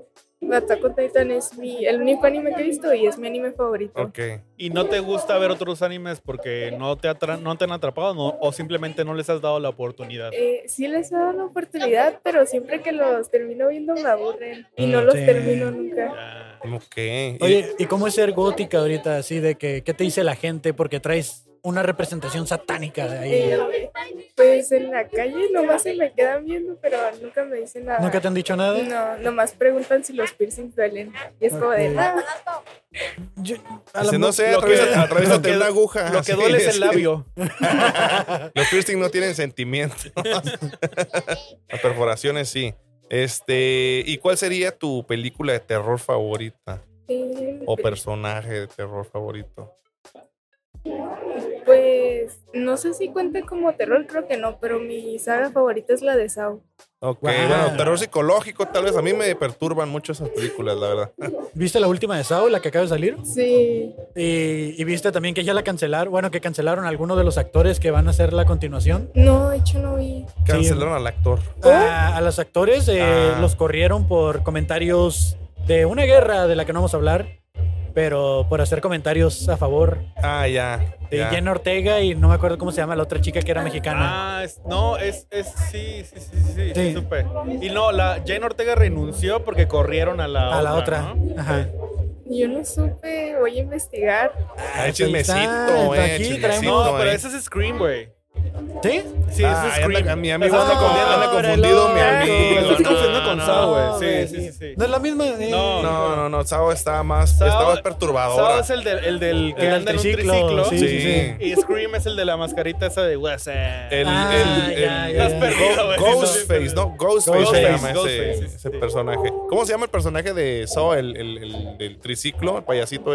Attack on Titan es mi, el único anime que he visto y es mi anime favorito.
Ok.
¿Y no te gusta ver otros animes porque no te, atra- no te han atrapado no- o simplemente no les has dado la oportunidad?
Eh, sí les he dado la oportunidad, pero siempre que los termino viendo me aburren y no
Mm,
los
sí.
termino nunca.
Ya.
Ok. Y-
Oye, ¿y cómo es ser gótica ahorita así de que qué te dice la gente porque traes una representación satánica de ahí?
Eh, pues en la calle nomás se me quedan viendo, pero nunca me dicen nada.
¿Nunca te han dicho nada?
No, nomás preguntan si los piercings duelen. Y es como de "Ah".
Ok.
nada.
Yo- a la
Dice,
mu-
no sé,
lo que-
atraviesa-
lo que-
atraviésate una aguja.
Lo que
Sí,
duele es el
sí.
labio.
Los piercing no tienen sentimientos. Las perforaciones sí. Este, ¿y cuál sería tu película de terror favorita
Eh,
o personaje de terror favorito?
Pues no sé si cuente como terror, creo que no, pero mi saga favorita es la de Sao.
Ok,
Wow.
bueno, terror psicológico tal vez a mí me perturban mucho esas películas, la verdad.
¿Viste la última de Sao, la que acaba de salir?
Sí,
Y, y viste también que ya la cancelaron, bueno, que cancelaron a alguno de los actores que van a hacer la continuación.
no, de hecho no vi.
Cancelaron al actor.
A, a los actores eh,
Ah.
los corrieron por comentarios de una guerra de la que no vamos a hablar. pero por hacer comentarios a favor
Ah, ya.
de
ya.
Jen Ortega y no me acuerdo cómo se llama la otra chica que era mexicana.
Ah, es- no, es, es sí, sí, sí, sí, sí,
Sí.
supe. Y no, la Jane Ortega renunció porque corrieron a la
a la
otra.
otra.
¿no?
Ajá.
Yo no supe, voy a investigar.
Ah,
ahí
el chismecito,
está,
eh.
aquí
chismecito,
traemos-
No, pero
eh.
ese es Scream, güey.
¿Sí?
Sí,
Ah,
es
ya
Scream.
anda- mi amigo
Estás
anda con-
confundiendo-
anda confundido, mi
Te
amigo.
estás
No,
confundiendo con
no,
Sao,
güey,
güey. Sí, sí, sí, sí.
No es la misma. eh.
No,
No, no, no. Sao está más,
Sao-
está más
Sao
perturbadora.
es el del, el del que
El
anda en un
triciclo,
triciclo.
sí,
sí, sí.
Y Scream es el de la mascarita esa de WhatsApp.
El,
Ah,
el, el,
ya,
el-
ya,
Estás
ya.
perdido, güey.
Ghostface, ¿no? Ghostface se
Ghostface,
llama ese,
Ghostface, sí,
ese
sí.
personaje. ¿Cómo se llama el personaje de Saw, el, el, el, el triciclo, el payasito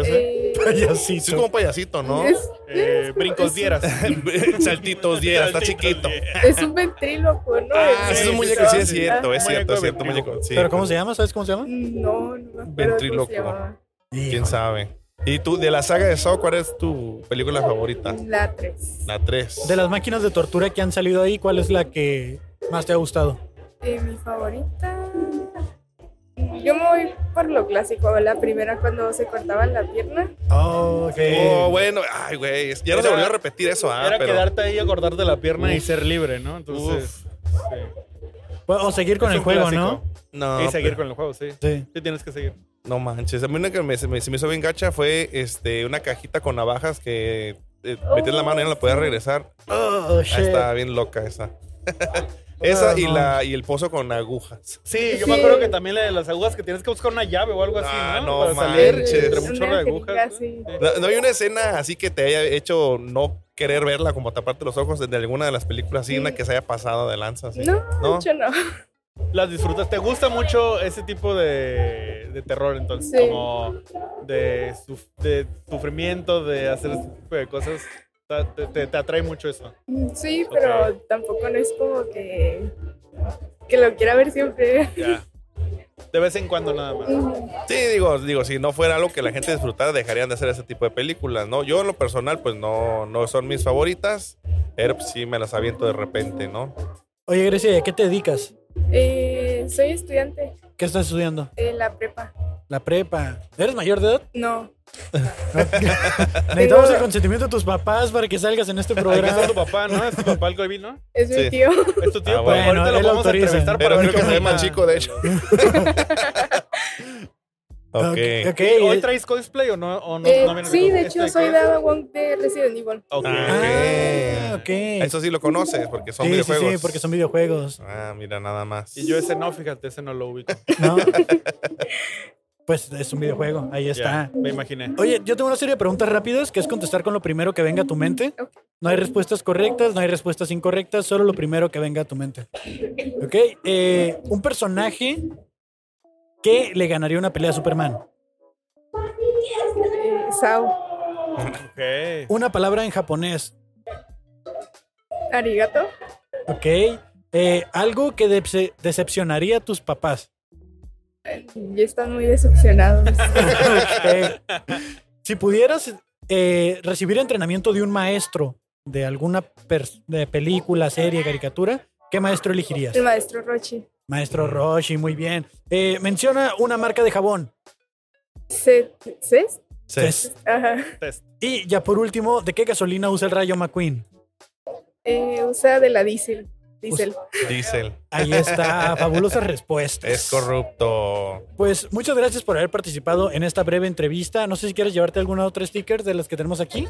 Eh,
ese? Sí, es como un payasito, ¿no?
es,
Eh, brincos
es-
dieras.
Saltitos diera, está chiquito.
Es un ventrílocuo, ¿no?
Ah, sí, es un
sí,
muñeco, sí,
sí,
es cierto, es
Muñeco
cierto, es cierto,
ventríloco.
muñeco. sí.
¿Pero cómo se llama? ¿Sabes cómo se llama?
No, no me acuerdo
Ventrílocuo.
cómo se llamaba.
¿Quién sabe? ¿Y tú, de la saga de Saw, cuál es tu película favorita?
La 3.
La 3.
De las máquinas de tortura que han salido ahí, ¿cuál es la que más te ha gustado?
Eh, mi favorita. Yo me voy por lo clásico, la primera cuando se cortaban la pierna.
Oh,
Oh, bueno, ay, güey. es- Ya no se
Era-
volvió a repetir eso, ah,
Era
pero.
quedarte ahí a cortarte la pierna y ser libre, ¿no? Entonces.
Uf,
sí.
O seguir con
Es
el
un
juego,
clásico.
¿no?
no,
y seguir
pero-
con el juego, sí.
Sí.
Sí, tienes que seguir.
no manches. A mí una que me, se me, se me hizo bien gacha fue este, una cajita con navajas que eh, metías la mano y ya no la podías regresar.
Oh,
Ah, estaba bien loca esa. esa
Ah,
y,
no.
la, y el pozo con agujas.
Sí, yo
Sí.
me acuerdo que también la de las agujas que tienes que buscar una llave o algo así,
Ah,
¿no?
no
Para salir
manches.
entre
Una
un chorro de
jeringa,
agujas. ¿no?
sí.
No, no hay una escena así que te haya hecho no querer verla, como taparte los ojos de alguna de las películas, así,
Sí.
una que se haya pasado de lanza. Así.
No,
¿No?
mucho no.
Las disfrutas. ¿Te gusta mucho ese tipo de, de terror entonces?
Sí.
Como de, suf- de sufrimiento, de hacer ese tipo de cosas. Ta- Te, te- te atrae mucho eso.
Sí, pero tampoco no es como que, que lo quiera ver siempre.
Ya. De vez en cuando nada más.
Sí, digo, digo, si no fuera algo que la gente disfrutara, dejarían de hacer ese tipo de películas, ¿no? Yo en lo personal, pues no, no son mis favoritas, pero pues, sí me las aviento de repente, ¿no?
Oye, Grecia, ¿y ¿a qué te dedicas?
Eh, soy estudiante
¿Qué estás estudiando?
en la prepa.
La prepa. ¿Eres mayor de edad?
No,
Necesitamos el consentimiento de tus papás para que salgas en este
Acá está
programa.
Ah, tu papá, ¿no? Es tu papá el que vi, ¿no?
es mi
Sí.
tío.
Es tu tío, pero
Ah, bueno,
ahorita lo
él
vamos a
autoriza.
entrevistar
Pero
para ver
creo que
cómo
se ve más
está.
chico, de hecho.
Ok,
ok.
ok.
¿Hoy traes cosplay o no? O no,
Eh,
no viene
sí,
con-
de
este
hecho soy
cos-
Dada Wong de Resident Evil.
Ok.
Ah,
Ok.
ok.
Eso sí lo conoces, porque son
sí, sí,
videojuegos.
sí, porque son videojuegos.
Ah, mira, nada más.
Y yo ese no, fíjate, ese no lo ubico.
¿no? pues es un videojuego, ahí está.
Ya, me imaginé.
Oye, yo tengo una serie de preguntas rápidas que es contestar con lo primero que venga a tu mente.
Ok.
No hay respuestas correctas, no hay respuestas incorrectas, solo lo primero que venga a tu mente. Ok, eh, un personaje que le ganaría una pelea a Superman.
Eh, Sao,
Ok.
Una palabra en japonés,
Arigato,
ok. Eh, algo que dece- decepcionaría a tus papás.
Eh, ya están muy decepcionados.
Ok. Eh, Si pudieras eh, recibir entrenamiento de un maestro de alguna pers- de película, serie, caricatura, ¿qué maestro elegirías?
El maestro Rochi.
Maestro Roshi, muy bien. Eh, menciona una marca de jabón.
¿Se, ¿Ses?
Entonces,
Ajá.
Test.
Y ya por último, ¿de qué gasolina usa el rayo McQueen?
Eh, usa de la diésel. Diesel.
Diesel.
Ahí está, fabulosas respuestas.
Es corrupto.
Pues muchas gracias por haber participado en esta breve entrevista. No sé si quieres llevarte alguna otra sticker de las que tenemos aquí.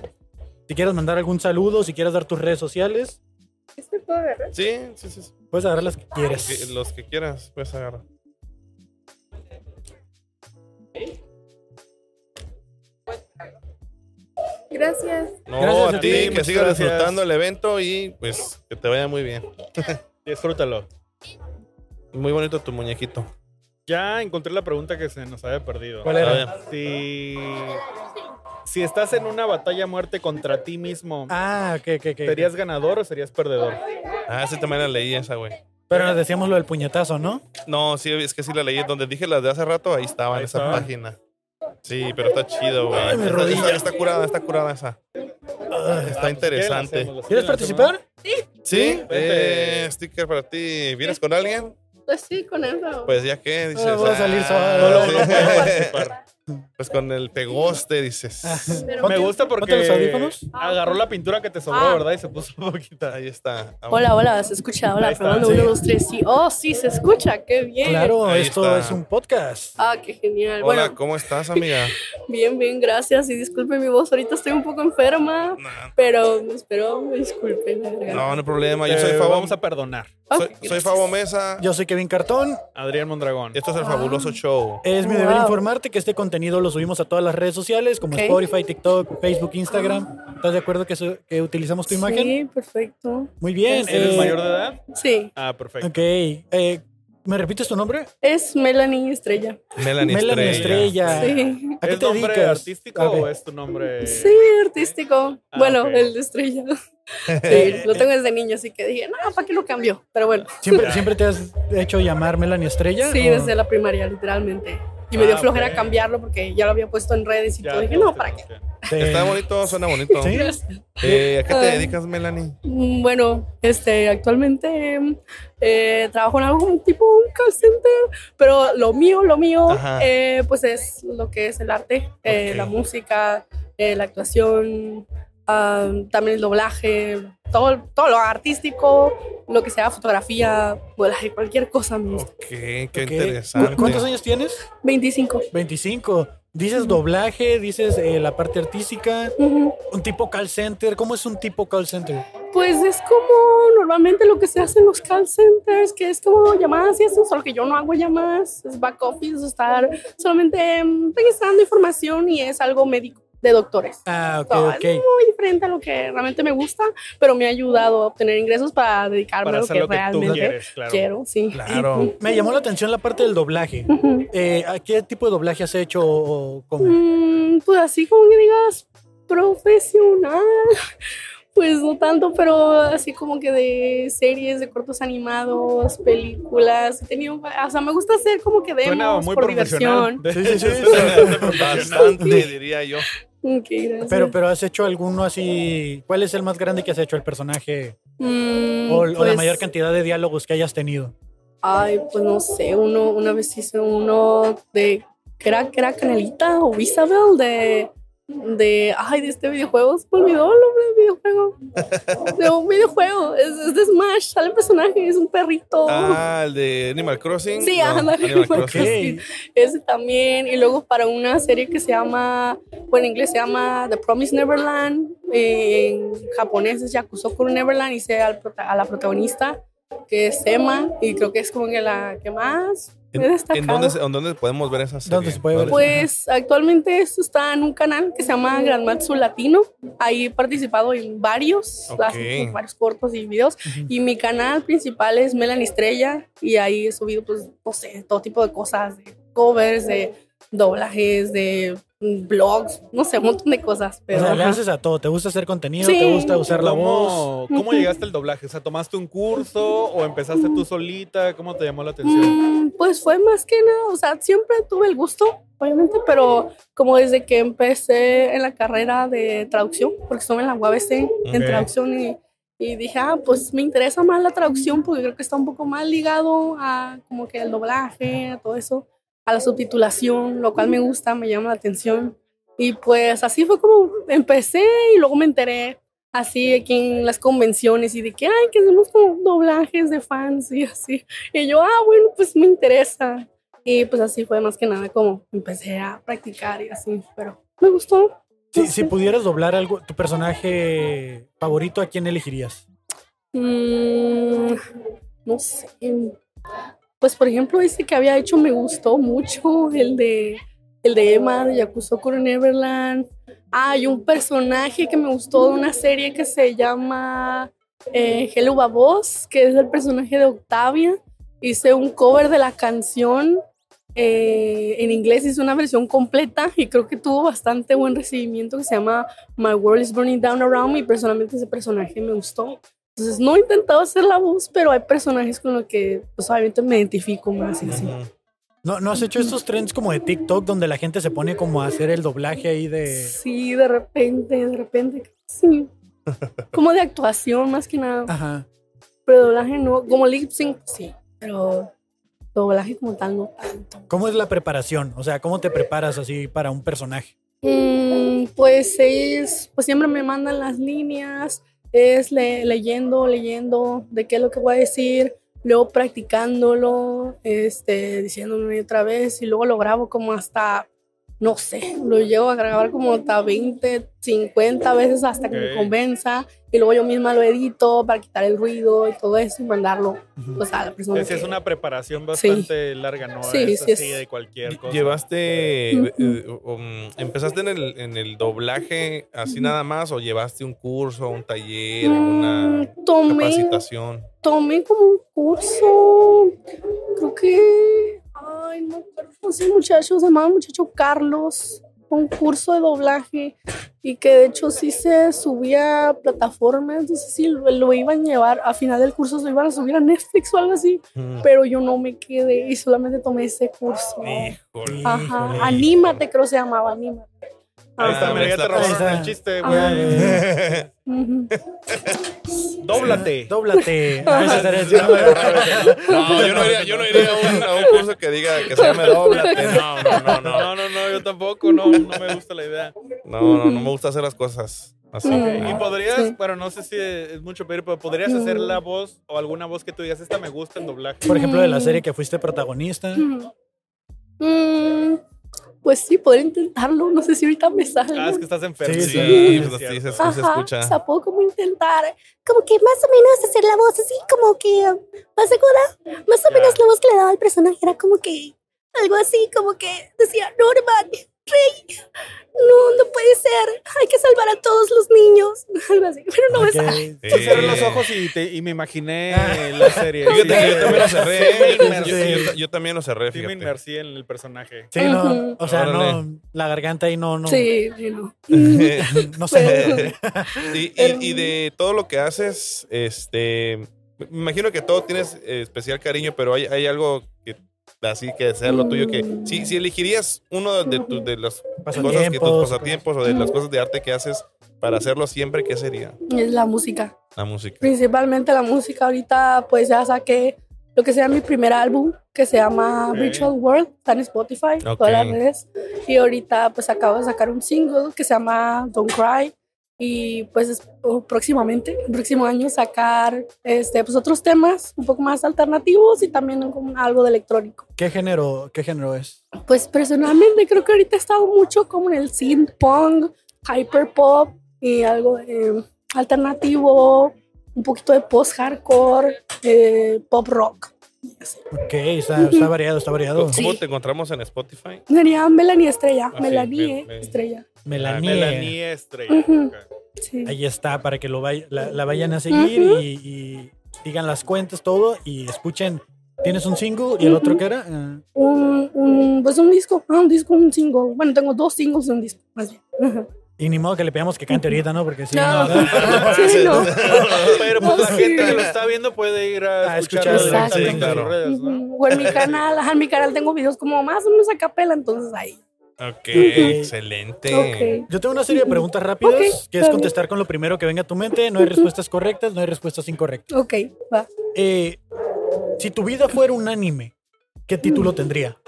Si quieres mandar algún saludo, si quieres dar tus redes sociales,
¿Este puedo agarrar?
Sí, sí, sí. sí.
puedes agarrar las que
Los que-
quieras.
Los que quieras, pues, puedes agarrar.
Gracias.
No,
Gracias
a
a
ti,
ti,
que
muchas
sigas
gracias.
disfrutando el evento y pues que te vaya muy bien.
Disfrútalo.
Muy bonito tu muñequito.
Ya encontré la pregunta que se nos había perdido.
¿Cuál era? Ah,
Está bien.
Si, si estás en una batalla a muerte contra ti mismo,
Ah, ok, ok, ok.
¿serías ganador o serías perdedor?
Ah, esa también la leí esa, güey.
Pero decíamos lo del puñetazo, ¿no?
No, sí, es que sí la leí. Donde dije las de hace rato, ahí estaba en
Ahí
esa
estaba.
página. Sí, pero está chido, güey.
Ay, mi
Está-
rodilla.
Está, está curada, está curada esa. Está interesante.
¿Quieres participar?
¿Sí?
Vente.
Eh, sticker para ti. ¿Vienes con alguien?
Pues sí, con eso.
Pues ya que dices.
Ah, voy a
ah,
salir solo.
No, no,
sí.
no puedo participar.
Pues con el pegoste dices.
Pero
Me gusta
ponte los
porque
audífonos.
agarró la pintura que te sobró,
Ah.
¿verdad? Y se puso poquita.
Ahí está. Ah,
Hola, hola, se escucha. Hola,
Ahí está,
probando
sí.
uno, dos, tres. Sí, oh, sí, se escucha. Qué bien.
Claro,
Ahí
esto
está.
es un podcast.
Ah, qué genial.
Hola,
bueno,
¿cómo estás, amiga?
bien, bien, gracias. Y disculpe mi voz, ahorita estoy un poco enferma,
No,
pero espero me disculpen. la garganta.
no, no hay problema. Yo
Te
soy Fabo,
Vamos a perdonar.
Ok,
soy, soy
gracias.
Fabo Mesa.
Yo soy Kevin Eh, Cartón.
Adrián Mondragón.
Esto es el fabuloso show.
Es mi deber
Wow.
informarte que este contenido lo subimos a todas las redes sociales como
Ok.
Spotify, TikTok, Facebook, Instagram. ¿Estás de acuerdo que, su- que utilizamos tu imagen?
Sí, perfecto.
Muy bien.
Gracias.
¿Eres
eh,
mayor de edad?
Sí,
Ah, perfecto.
Ok. eh, ¿Me repites tu nombre?
es Melanie Estrella.
Melanie,
Melanie
Estrella.
Estrella.
Sí,
¿A qué
¿Es
te
nombre
dedicas?
artístico
Ok.
o es tu
Eh.
nombre?
sí, artístico.
Ah,
bueno,
ok.
el de Estrella. Sí, lo tengo desde niño, así que dije, no, ¿para qué lo cambio? Pero bueno,
¿Siempre, ¿Siempre te has hecho llamar Melanie Estrella?
sí,
¿O-
desde la primaria, literalmente. Y me
Ah,
dio flojera
ok.
cambiarlo porque ya lo había puesto en redes y
Ya,
todo. Dije,
todos
no, ¿para qué?
tenemos
te-
Está bonito, suena bonito.
Sí.
Gracias.
Eh, ¿A qué te
Ah.
dedicas, Melanie?
Mm, Bueno, este, actualmente eh, trabajo en algo como tipo un call center, pero lo mío, lo mío,
Ajá.
eh, pues es lo que es el arte, eh,
Ok.
la música, eh, la actuación, ah, también el doblaje, todo, todo lo artístico, lo que sea fotografía, modelaje, cualquier cosa. me gusta.
Ok, qué
Ok.
interesante.
¿Cu- ¿Cuántos años tienes?
25.
25. Dices doblaje, dices eh, la parte artística,
Ujú.
un tipo call center. ¿Cómo es un tipo call center?
Pues es como normalmente lo que se hace en los call centers, que es como llamadas y eso, solo que yo no hago llamadas, es back office, estar solamente mm, registrando información y es algo médico de doctores.
Ah, ok,
No,
ok.
Muy diferente a lo que realmente me gusta, pero me ha ayudado a obtener ingresos para dedicarme
Para
a lo
hacer
que
lo que tú
realmente
quieres, claro.
quiero, sí.
Claro.
Me llamó la atención la parte del doblaje.
Ujú.
Eh, ¿a ¿Qué tipo de doblaje has hecho o o cómo?
Mm, pues así como que digas profesional, pues no tanto, pero así como que de series, de cortos animados, películas. He tenido, o sea, me gusta hacer como que
Suena
demos
muy
por
profesional.
diversión.
Sí, sí, sí.
Bastante, diría yo.
Ok, gracias.
Pero, pero has hecho alguno así. ¿Cuál es el más grande que has hecho el personaje?
Mm,
O, o la
pues,
mayor cantidad de diálogos que hayas tenido.
Ay, pues no sé, uno, una vez hice uno de, que era, que era Canelita o Isabel de, de, ay, de este videojuego, se me olvidó el nombre del videojuego, de un videojuego, es, es de Smash, sale el personaje, es un perrito,
Ah, el de Animal Crossing.
Sí,
No,
ándale,
Animal
Animal
Ok.
Crossing.
Crossing. Sí. ese también, y luego para una serie que se llama, bueno, en inglés se llama The Promised Neverland, en japonés es Yakusoku Neverland, hice al prota- a la protagonista, que es Emma, y creo que es como que la que más...
¿En,
he
en
destacado.
dónde, se- en dónde podemos ver esa serie?
¿Dónde se puede ver?
Pues actualmente esto está en un canal que se llama Granmatsu Latino. Ahí he participado en varios,
Ok.
las- pues, varios cortos y videos. Y mi canal principal es Melanie Estrella y ahí he subido, pues, no sé, todo tipo de cosas, de covers, de doblajes, de mm, blogs, no sé, un montón de cosas.
O
Pero
sea, le
ajá.
haces a todo. ¿Te gusta hacer contenido?
Sí.
¿Te gusta usar la voz?
¿Cómo, ¿Cómo llegaste al doblaje? O sea, ¿tomaste un curso o empezaste tú solita? ¿Cómo te llamó la atención?
Mm, pues fue más que nada, o sea, siempre tuve el gusto, obviamente, pero como desde que empecé en la carrera de traducción, porque estuve en la UABC en
Ok.
traducción y, y dije, ah, pues me interesa más la traducción porque creo que está un poco más ligado a como que el doblaje, a todo eso, a la subtitulación, lo cual me gusta, me llama la atención. Y pues así fue como empecé y luego me enteré así aquí en las convenciones y de que, ay, que hacemos como doblajes de fans y así. Y yo, ah, bueno, pues me interesa. Y pues así fue más que nada como empecé a practicar y así, pero me gustó.
Si, si pudieras doblar algo, tu personaje favorito, ¿a quién elegirías?
Mm, no sé. Pues por ejemplo, ese que había hecho me gustó mucho, el de, el de Emma de Yakuza Kuro Neverland. Hay un personaje que me gustó de una serie que se llama eh, Hello Babos, que es el personaje de Octavia. Hice un cover de la canción eh, en inglés, hice una versión completa y creo que tuvo bastante buen recibimiento que se llama My World is Burning Down Around Me. Personalmente ese personaje me gustó. Entonces no he intentado hacer la voz, pero hay personajes con los que pues, obviamente me identifico más y así.
¿No, ¿No has hecho estos trends como de TikTok donde la gente se pone como a hacer el doblaje ahí de...
Sí, de repente, de repente, sí. Como de actuación más que nada,
Ajá.
pero doblaje no, como lip sync, sí, pero Doblaje como tal, no tanto.
¿Cómo es la preparación? O sea, ¿cómo te preparas así para un
Ah,
personaje?
Mm, pues ellos, pues siempre me mandan las líneas, es le- leyendo, leyendo de qué es lo que voy a decir, luego practicándolo, este, diciéndome otra vez y luego lo grabo como hasta, no sé, lo llego a grabar como hasta 20, 50 veces hasta que
Ok.
me convenza y luego yo misma lo edito para quitar el ruido y todo eso y mandarlo pues a la persona.
Es, es
que-
una preparación bastante larga, ¿no?
Sí,
es
sí
así
es.
de cualquier cosa.
¿Llevaste, eh,
Ujú.
eh, um, empezaste en el, en el doblaje así nada más o llevaste un curso, un taller, una
Mm, tomé
capacitación?
tomé como un curso, creo que, ay, no me acuerdo, ese muchacho, se llamaba muchacho Carlos, un curso de doblaje y que de hecho sí se subía a plataformas, no sé si lo, lo iban a llevar, a final del curso se lo iban a subir a Netflix o algo así,
Mm.
pero yo no me quedé y solamente tomé ese curso.
Híjole.
Ajá,
Híjole.
anímate creo se llamaba, anímate.
Ahí
Ah,
está, mira, ya
ves
te
la
robaron
cosa.
el chiste,
Ah.
güey.
Ujú.
Dóblate.
Dóblate. A veces eres-
No, yo no iría, yo no iría a, un, a un curso que diga que se llame doblate. No, no, no, no.
No, no, no, yo tampoco, no, no me gusta la idea.
No, no, no me gusta hacer las cosas así.
Mm.
Y
No.
podrías,
Sí.
bueno, no sé si es mucho pedir, pero podrías
Mm.
hacer la voz o alguna voz que tú digas, esta me gusta el doblaje. Ah,
Por ejemplo, de la serie que fuiste este protagonista.
Mm, pues sí, podría intentarlo, no sé si ahorita me sale.
Ah, es que estás enfermo.
Sí,
Sí,
sí.
pues así se,
Ajá,
se escucha.
o sea, puedo como intentar, como que más o menos hacer la voz así, como que eh, más segura, más o
Ya.
menos la voz que le daba al personaje era como que algo así, como que decía, Norman, Rey, no, no puede ser, hay que salvar a todos los niños, algo así, pero no me sale.
Ok.
Sí. Ah.
Yo cerré los ojos y, te- y me imaginé la serie.
Fíjate que yo también lo
Sí, me
cerré. Yo-
inmersé.
yo- yo- yo también lo
Sí,
cerré,
me
fíjate.
inmersí en el personaje.
Sí, no.
Ujú.
O sea, no.
Órale.
La garganta ahí no, no.
Sí, sí, no.
No sé.
y,
Pero-
y- y de todo lo que haces, este, me imagino que todo tienes eh, especial cariño, pero hay, hay algo que así que sea lo tuyo que si, si elegirías uno de, tus- de las cosas que tus
Pasatiempos.
pasatiempos o de las cosas de arte que haces para hacerlo siempre, ¿qué sería?
Es la música.
La música.
principalmente la música. Ahorita pues ya saqué lo que será mi primer álbum que se llama
Ok.
Virtual World, está en Spotify,
Ok.
todas las redes. Y ahorita pues acabo de sacar un single que se llama Don't Cry y pues es- o próximamente, el próximo año sacar este pues otros temas un poco más alternativos y también con algo de electrónico.
¿Qué género, qué género es?
Pues personalmente creo que ahorita he estado mucho como en el synth punk, hyper pop y algo eh, alternativo, un poquito de post hardcore, pop rock.
Ok, está, está variado, está variado.
¿Cómo
Sí.
te encontramos en Spotify?
Sería Melanie Estrella,
Ah, sí,
Melanie
Mel- Mel-
Estrella.
Melanie.
Melanie Estrella.
Ujú.
ok.
Sí.
Ahí está, para que lo vay- la, la vayan a seguir
Ujú.
y, y digan las cuentas, todo, y escuchen. Tienes un single y el otro
Ujú.
que era. Ah,
Un, un- pues un disco, ah, un disco, un single. Bueno, tengo dos singles y un disco, más bien. Ajá.
y ni modo que le pidamos que cante ahorita, ¿no? Porque si
No.
no.
Sí, no.
Pero pues
No,
la
sí.
gente que lo está viendo puede ir a
A
escucharlo
escucharlo.
directamente en
Exacto.
sus redes, ¿no?
Ujú. O en mi canal, ajá, en mi canal tengo videos como más o menos a capela, entonces ahí.
Ok,
Ok.
excelente.
Yo tengo una serie de preguntas rápidas,
Ok,
que es
está
contestar con lo primero que venga a tu mente. No hay respuestas correctas, no hay respuestas incorrectas.
Ok, va.
Eh, si tu vida fuera un anime, ¿qué título tendría?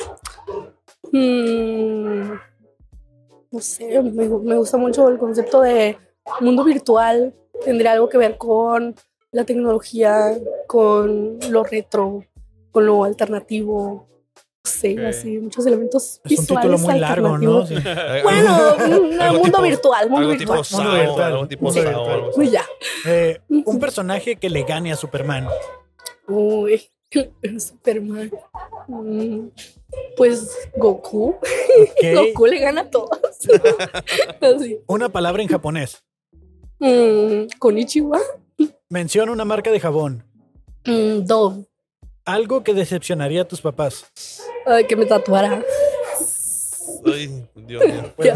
Mm, no sé, me, gu- me gusta mucho el concepto de mundo virtual. Tendría algo que ver con la tecnología, con lo retro, con lo alternativo. No sé,
Ok.
así, muchos elementos
Es un
visuales.
título muy largo, ¿no?
alternativos.
Sí.
Bueno, mm,
Algo
mundo
tipo-
virtual, mundo
Algo tipo
virtual.
Sao,
virtual.
algo tipo
Sí.
Sao, algo así.
Pues ya.
Eh, un personaje que le gane a Superman.
Uy, Superman. Mm, Pues Goku.
Ok.
Goku le gana a todos. Así.
Una palabra en japonés.
Mm, Konichiwa.
Menciona una marca de jabón.
Mm, Dove.
Algo que decepcionaría a tus papás.
Ay, que me tatuara.
Ay, Dios mío.
Pues,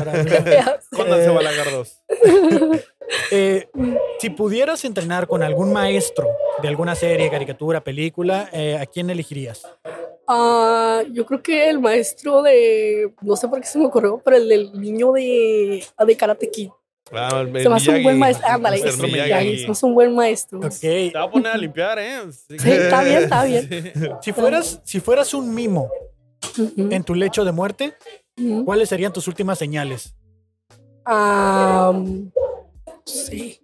Cóndanse, balagardos.
Eh, si pudieras entrenar con algún maestro de alguna serie, caricatura, película, eh, ¿a quién elegirías?
Ah, yo creo que el maestro ah, de. No sé por qué se me ocurrió, pero el del niño de, de Karate Kid.
Ah, el- el
Se me hace un buen
Miyagi.
maestro. Ándale,
Mr.
es un
Miyagi.
Miyagi, se me hace un buen maestro.
Te va a
Ok.
poner a limpiar, ¿eh? Sí,
está bien, está bien.
Si fueras, si fueras un mimo
Ujú,
en tu lecho de muerte,
ujú.
¿cuáles serían tus últimas señales?
Am, sí.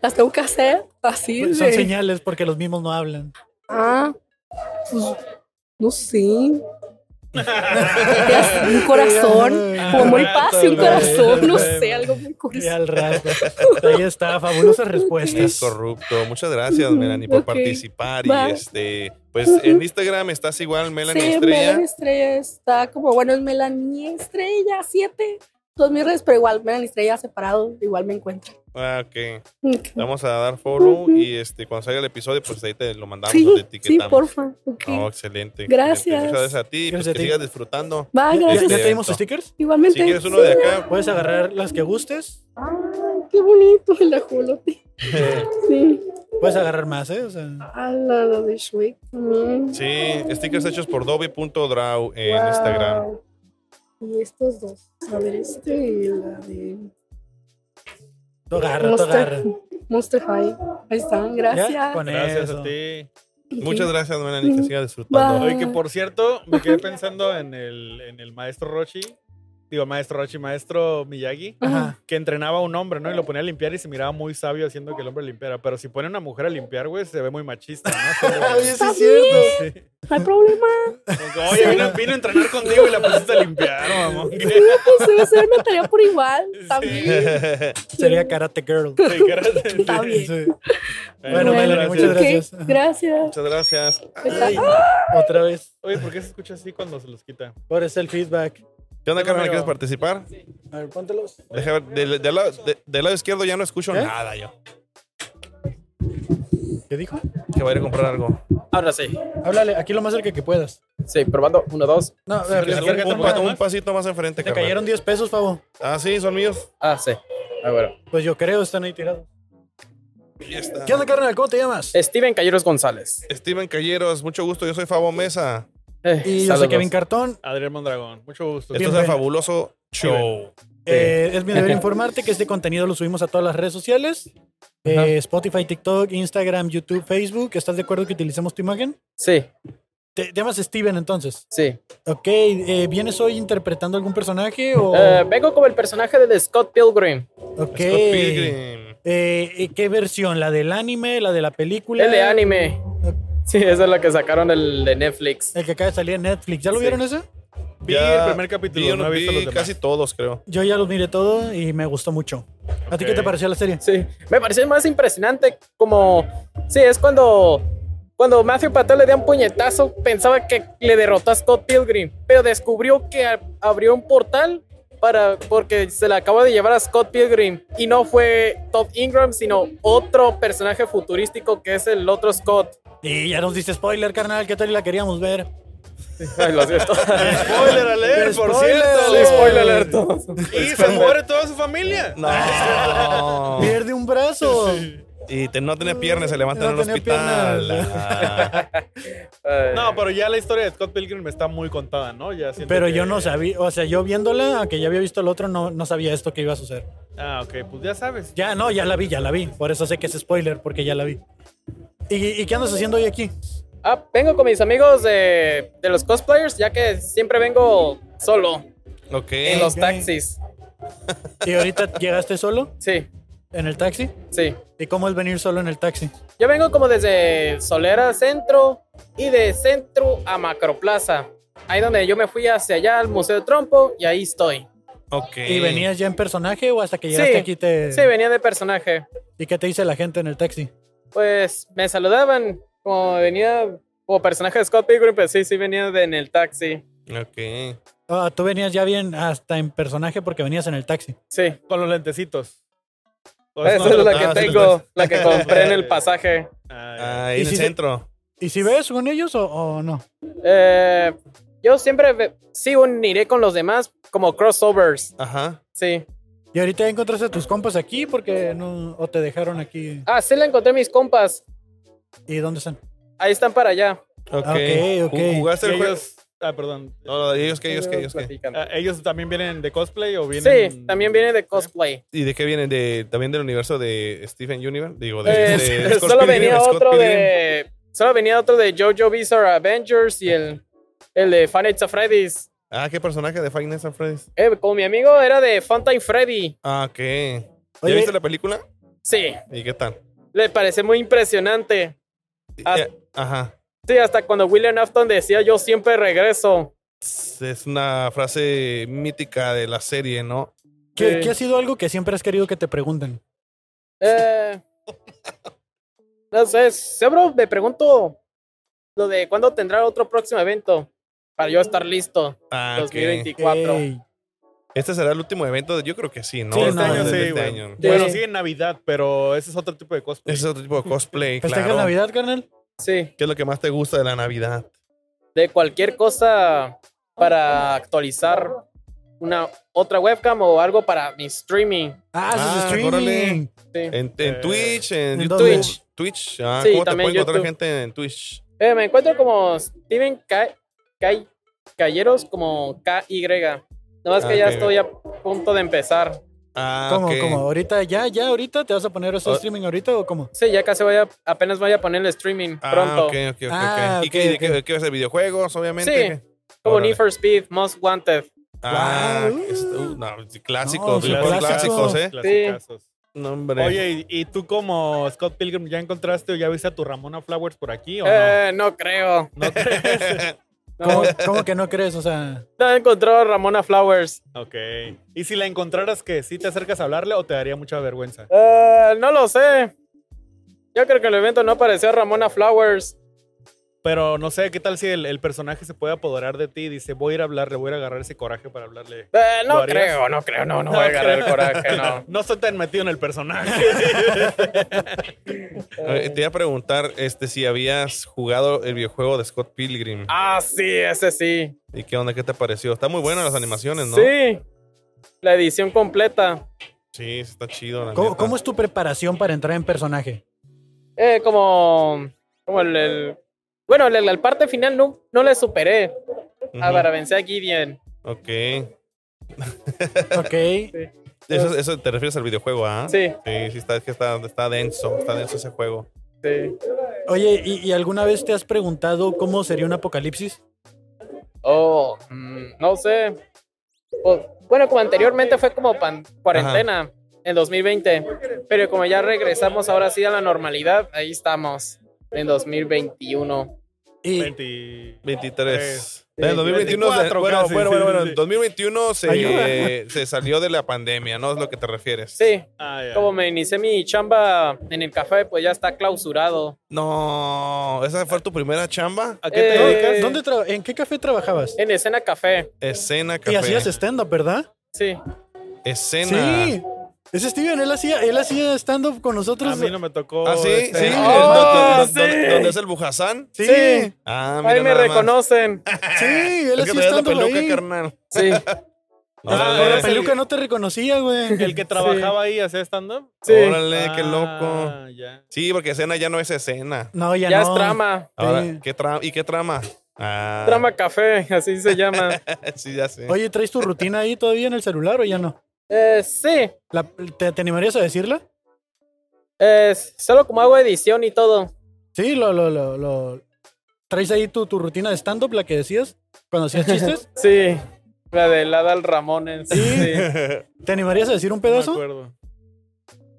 Las tengo que hacer así.
Pues Son
de-
señales porque los mimos no hablan.
Ah, pues, no sé. Ya, un corazón. Como amor y paz y un corazón. No sé, algo muy
Y
curioso.
al rato. Ahí está, Este fabulosas respuestas.
Es corrupto. Muchas gracias, Melanie, por
Ok.
participar. Y
Bye.
este, pues en Instagram estás igual, Melanie
sí,
Estrella.
Melanie Estrella está como, bueno, es Melanie Estrella 7. Todos mis redes, pero igual Melanie Estrella separado, igual me encuentro.
Ah, ok.
Ok.
Te Vamos a dar follow
Ujú.
y este, cuando salga el episodio, pues ahí te lo mandamos, o te
Sí, sí,
etiquetamos.
porfa. ok.
No, excelente. excelente.
Gracias.
Muchas gracias a ti.
Gracias
pues
a
que
ti.
sigas disfrutando.
Va,
¿Ya, ya
gracias.
te dimos stickers?
Igualmente.
Si quieres uno de acá,
Puedes agarrar las que gustes.
Ah,
Ay, qué bonito el ajolote. Sí.
Puedes agarrar más, ¿eh? O sea,
A Ah, la, la de Shrek también.
sí, stickers hechos por Dobby.draw en Instagram.
Wow. Y estos dos. A ver, este y la de
tú agarra, tú agarra.
Monster, Monster High. Ahí están, gracias.
Ya, con
Gracias
eso.
a ti.
Muchas gracias, Melanie, que
Ujú.
sigas disfrutando.
Bye.
Oye, que por cierto, me quedé pensando en el, en el maestro Rochi. Digo, maestro Rochi, maestro Miyagi.
Ajá.
Que entrenaba a un hombre, ¿no? Y lo ponía a limpiar y se miraba muy sabio haciendo que el hombre limpiara. Pero si pone a una mujer a limpiar, güey, se ve muy machista, ¿no? Se ve-
Está bien,
Sí.
No hay problema.
Como que, Oye, vino, vino a entrenar contigo y la pusiste a limpiar, mamón. Sí,
pues, Se va a hacer una tarea por igual. También.
Sería Karate Girl.
gracias.
Está bien.
Sí. Bueno, Melanie,
Ok, Pues,
muchas gracias.
gracias.
ah. gracias.
Muchas gracias. Ay,
Está-
Otra vez.
Oye, ¿por qué se escucha así cuando se los quita?
Por ese el feedback.
¿Qué onda, Carmen?
Amigo.
¿Quieres participar?
A ver, póntelos.
Deja ver, del, del lado, de- del lado izquierdo ya no escucho
¿Eh?
nada yo.
¿Qué dijo?
Que voy a ir a comprar algo.
Ahora sí.
Háblale, aquí lo más cerca que puedas.
Sí, probando. Uno, dos.
No,
Sí,
pero
porque se
quiero que
acerca
Un,
tanto.
toma-
pa- un pasito más
te
enfrente, Carmen.
cayeron 10 pesos, Pavo.
Ah, sí, son míos.
Ah, sí. Ah, bueno.
Pues yo creo, están ahí tirados.
Ya está.
¿Qué onda, carnal? ¿Cómo te llamas?
Steven Calleros González.
Steven Calleros, mucho gusto. Yo soy Fabo Mesa.
Eh,
Y yo soy
saludos.
Kevin Cartón.
Adrián Mondragón, mucho gusto.
Esto es el
Bienvenido.
fabuloso show.
Eh, es mi deber informarte que este contenido lo subimos a todas las redes sociales. Eh, Spotify, TikTok, Instagram, YouTube, Facebook. ¿Estás de acuerdo que utilicemos tu imagen?
Sí,
Te, te llamas Steven entonces.
sí.
Ok, eh, ¿vienes hoy interpretando algún personaje o...?
Eh, vengo como el personaje de The Scott Pilgrim.
ok.
Scott Pilgrim.
Eh, eh, ¿Qué versión? ¿La del anime? ¿La de la película?
El de anime. Sí, eso es lo que sacaron el de Netflix.
El que acaba de salir en Netflix. ¿Ya lo
Sí.
vieron ese?
Vi
Ya
el primer capítulo,
vi uno-
no he visto
vi
los demás.
casi todos, creo.
Yo ya lo miré todo y me gustó mucho. ¿A ti qué
Ok.
te pareció la serie?
Sí, me pareció más impresionante como... Sí, es cuando... Cuando Matthew Patel le dio un puñetazo, pensaba que le derrotó a Scott Pilgrim, pero descubrió que a- abrió un portal para porque se la acaba de llevar a Scott Pilgrim y no fue Todd Ingram, sino otro personaje futurístico que es el otro Scott.
Y ya nos diste spoiler, carnal. ¿Qué tal y la queríamos ver?
Ay, lo siento.
Spoiler alert, por
Spoiler
cierto.
alert.
Spoiler alert.
Y se muere toda su familia.
No.
Pierde un brazo.
y te- no tenía piernas, se levantan
No
en el
tenía
hospital.
piernas.
Ah.
Ay.
No, pero ya la historia de Scott Pilgrim está muy contada, ¿no? Ya siento
Pero
que-
yo no sabía, o sea, yo viéndola, aunque ya había visto el otro, no, no sabía esto que iba a suceder.
Ah, ok, pues ya sabes.
Ya, no, ya la vi, ya la vi. Por eso sé que es spoiler, porque ya la vi. ¿Y, y qué andas haciendo hoy aquí?
Ah, vengo con mis amigos de, de los cosplayers, ya que siempre vengo solo
ok.
en los
ok.
taxis.
¿Y ahorita llegaste solo
Sí,
en el taxi?
sí.
¿Y cómo es venir solo en el taxi?
Yo vengo como desde Solera Centro y de Centro a Macroplaza. Ahí donde yo me fui hacia allá al Museo de Trompo y ahí estoy.
Ok.
¿Y venías ya en personaje o hasta que llegaste
Sí,
aquí te...
Sí, venía de personaje.
¿Y qué te dice la gente en el taxi?
Pues me saludaban como venía como personaje de Scott Pilgrim, pero sí, sí venía de- en el taxi.
Ok.
Ah, tú venías ya bien hasta en personaje porque venías en el taxi.
Sí.
Con los lentecitos. O
Esa es la
ah,
que
sí,
tengo,
entonces.
la que compré en el pasaje.
Ah,
Ah,
¿Y
en
si
el
se-
centro.
¿Y si ves con ellos o, o no?
Eh, yo siempre ve- sí uniré con los demás como crossovers.
Ajá.
Sí.
¿Y ahorita ya encontraste a tus compas aquí porque no... o te dejaron aquí?
Ah, sí, la encontré mis compas.
¿Y dónde están?
Ahí están para allá.
Ok.
Ah, ok, ok.
Ju-
ya.
¿Jugaste
Y
el juego?
ellos Ah, perdón.
No, no, ellos que, ellos que, ellos que.
Platícanos.
Ah, ¿Ellos también vienen de cosplay o vienen...?
Sí, también viene de cosplay.
¿Y de qué vienen? De, ¿También del universo de Stephen Universe? Digo, de,
Eh,
de Scott
solo
Pilgrim,
venía
Scott
otro
Pilgrim.
de. Solo venía otro de JoJo Bizarre Avengers y el, el de Fan Nights at Freddy's.
Ah, ¿qué personaje de Five Nights at Freddy's?
Eh, con mi amigo era de Funtime Freddy.
Ah, ¿qué? ¿Ya
Oye.
viste la película?
Sí,
¿Y qué tal?
le parece muy impresionante. Ah.
Eh, Ajá.
Sí, hasta cuando William Afton decía yo siempre regreso.
Es una frase mítica de la serie, ¿no?
¿Qué,
Sí.
qué ha sido algo que siempre has querido que te pregunten?
Eh, no sé, seguro me pregunto lo de cuándo tendrá otro próximo evento para yo estar listo.
Ah, ok.
2024.
Ey,
Este será el último evento, de- yo creo que sí, ¿no?
Sí,
Este
no,
año,
sí,
de este
güey.
año.
Sí.
Bueno, sí en Navidad, pero ese es otro tipo de cosplay.
Ese es otro tipo de cosplay,
¿Festejas
claro.
Navidad, carnal?
Sí,
¿Qué es lo que más te gusta de la Navidad?
de cualquier cosa para actualizar una otra webcam o algo para mi streaming.
Ah, eso
Ah,
es streaming.
órale.
Sí.
En, en
Eh,
Twitch, en,
en
YouTube.
Twitch.
Twitch. Ah,
Sí,
¿Cómo te
también
puede encontrar
YouTube.
gente en Twitch?
Eh, me encuentro como Steven Ca- Ca- Calleros, como KY. Nada más que
Ah,
ya
ok.
estoy a punto de empezar.
Ah,
¿Cómo,
ok.
cómo? ¿Ahorita, ya, ya, ahorita? ¿Te vas a poner ese
Ah.
streaming ahorita o cómo?
Sí, ya casi voy a, apenas voy a poner el streaming
Ah,
pronto.
ok, ok, ok. ok.
Ah,
¿Y qué,
ok,
de qué-
ok.
de qué va a ser? ¿Videojuegos, obviamente?
Como
Órale.
Need for Speed, Most Wanted.
Ah,
Wow.
que es- uh, no, sí,
No,
clásicos,
sí,
los
clásicos.
clásicos, ¿eh?
Clasicazos.
No, hombre.
este Oye, ¿y, y tú como Scott Pilgrim ya encontraste o ya viste a tu Ramona Flowers por aquí o no?
Eh, no creo.
¿No crees?
¿Cómo, cómo que no crees? O sea,
No encontró a Ramona Flowers.
ok. ¿Y si la encontraras, qué? ¿Sí te acercas a hablarle o te daría mucha vergüenza?
Eh, no lo sé. Yo creo que en el evento no apareció Ramona Flowers.
Pero no sé, ¿qué tal si el, el personaje se puede apoderar de ti y dice, voy a ir a hablarle, voy a ir a agarrar ese coraje para hablarle?
Eh,
¿Lo
no
harías?
creo, no creo, no, no voy a agarrar el coraje, no.
No estoy tan metido en el personaje.
Eh, te iba a preguntar este, si habías jugado el videojuego de Scott Pilgrim.
Ah, sí, ese sí.
¿Y qué onda? ¿Qué te pareció? Está muy buena las animaciones, ¿no?
Sí. La edición completa.
Sí, está chido. La
¿cómo,
neta.
cómo es tu preparación para entrar en personaje?
Eh, como. Como el. el- bueno, la, la parte final no, no le superé.
Ujú.
Ah, para vencer a Gideon.
Ok.
Ok.
Eso, eso te refieres al videojuego, ¿ah?
Sí,
Sí, sí, está, es que está, está denso. Está denso ese juego.
sí.
Oye, ¿y, y alguna vez te has preguntado cómo sería un apocalipsis?
Oh, mm, no sé. O- bueno, como anteriormente fue como pan- cuarentena en 2020, pero como ya regresamos ahora sí a la normalidad, ahí estamos en 2021.
Y,
20.
23.
Sí,
En 2021, se-
24
bueno,
casi,
bueno,
sí,
bueno,
sí,
bueno,
sí.
en 2021 se,
Ayuda.
se salió de la pandemia, ¿no? Es lo que te refieres.
Sí,
Ah, ya.
como me inicié mi chamba en el café, pues ya está clausurado.
No, ¿esa fue tu primera chamba?
¿A qué te
Eh,
dedicas?
¿Dónde tra- ¿En qué café trabajabas?
En escena café,
Escena,
Y
café.
hacías stand-up, ¿verdad?
sí.
Escena.
Sí. Ese Steven, él hacía, él hacía stand-up con nosotros.
A mí no me tocó.
Ah, sí,
este,
sí.
Ah,
¿Dó- dó- dó-
sí.
¿Dónde es el Bujasán?
Sí,
Sí.
sí,
Ah, mira
Ahí me
nada más.
él
reconocen.
Es que
hacía
traías la
stand-up
peluca,
ahí.
carnal. Ah,
Sí,
Ah,
Con la
es
Órale,
el-
peluca no te reconocía, güey.
El que trabajaba ahí hacía stand-up.
sí.
Órale, qué
Ah,
loco.
ya.
Sí, porque escena ya no es escena.
No, ya,
ya
no.
es trama.
Ahora, ¿qué tra- ¿y qué trama? Ah,
Trama café, así se llama.
sí, ya sé.
Oye, ¿traes tu rutina ahí todavía en el celular o ya no?
Eh, sí,
La- ¿te, te animarías a decirla?
eh, solo como hago edición y todo.
Sí, lo, lo, lo, lo- ¿Traes ahí tu, tu rutina de stand-up, la que decías? Cuando hacías chistes.
Sí, la de la del Ramones. Sí.
¿Te animarías a decir un
No me
pedazo?
acuerdo.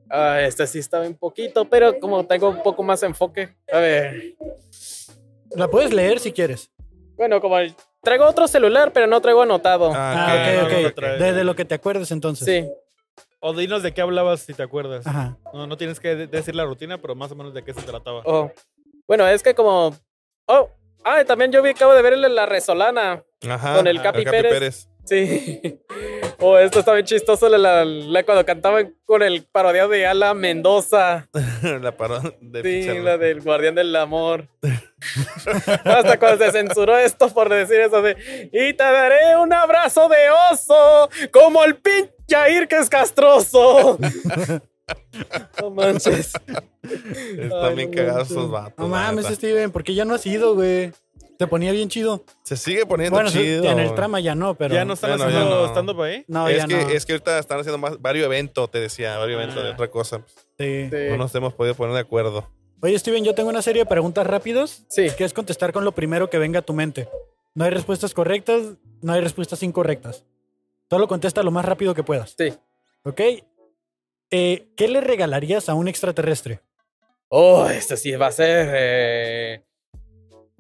Ah, esta sí estaba un poquito, pero como tengo un poco más enfoque. A ver.
La puedes leer si quieres.
Bueno, como el- traigo otro celular, pero no traigo anotado.
Ah,
no,
ok,
no lo
ok.
traes.
Desde lo que te acuerdes entonces.
sí.
O dinos de qué hablabas, si te acuerdas.
Ajá.
No, no tienes que de- decir la rutina, pero más o menos de qué se trataba.
Oh. Bueno, es que como. Oh, ah, y también yo vi, acabo de verle la Resolana.
Ajá,
con el Capi Pérez. Sí. Oh, esto está bien chistoso la, la- la- cuando cantaban con el parodiado de Ala Mendoza.
la parodia de
Sí,
Pizarro.
la del Guardián del Amor. Hasta cuando se censuró esto por decir eso de. Y te daré un abrazo de oso, como el pinche Jair que es castroso. no manches.
Están
Ay,
bien
no
cagados
manches.
esos vatos.
No
la
mames, este
neta.
Steven, porque ya no has ido, güey. Te ponía bien chido.
Se sigue poniendo
Bueno, sí,
chido.
en el trama ya no, pero.
¿Ya no están
Bueno, ya
haciendo
no.
stand-up ahí?
No,
es,
ya
que,
no.
es que ahorita están haciendo más, varios eventos, te decía, varios eventos de otra cosa.
Sí.
No nos hemos podido poner de acuerdo.
Oye, Steven, yo tengo una serie de preguntas rápidas
Sí.
que es contestar con lo primero que venga a tu mente. No hay respuestas correctas, no hay respuestas incorrectas. Solo contesta lo más rápido que puedas.
Sí.
¿Ok? Eh, ¿Qué le regalarías a un extraterrestre?
Oh, esto sí va a ser eh,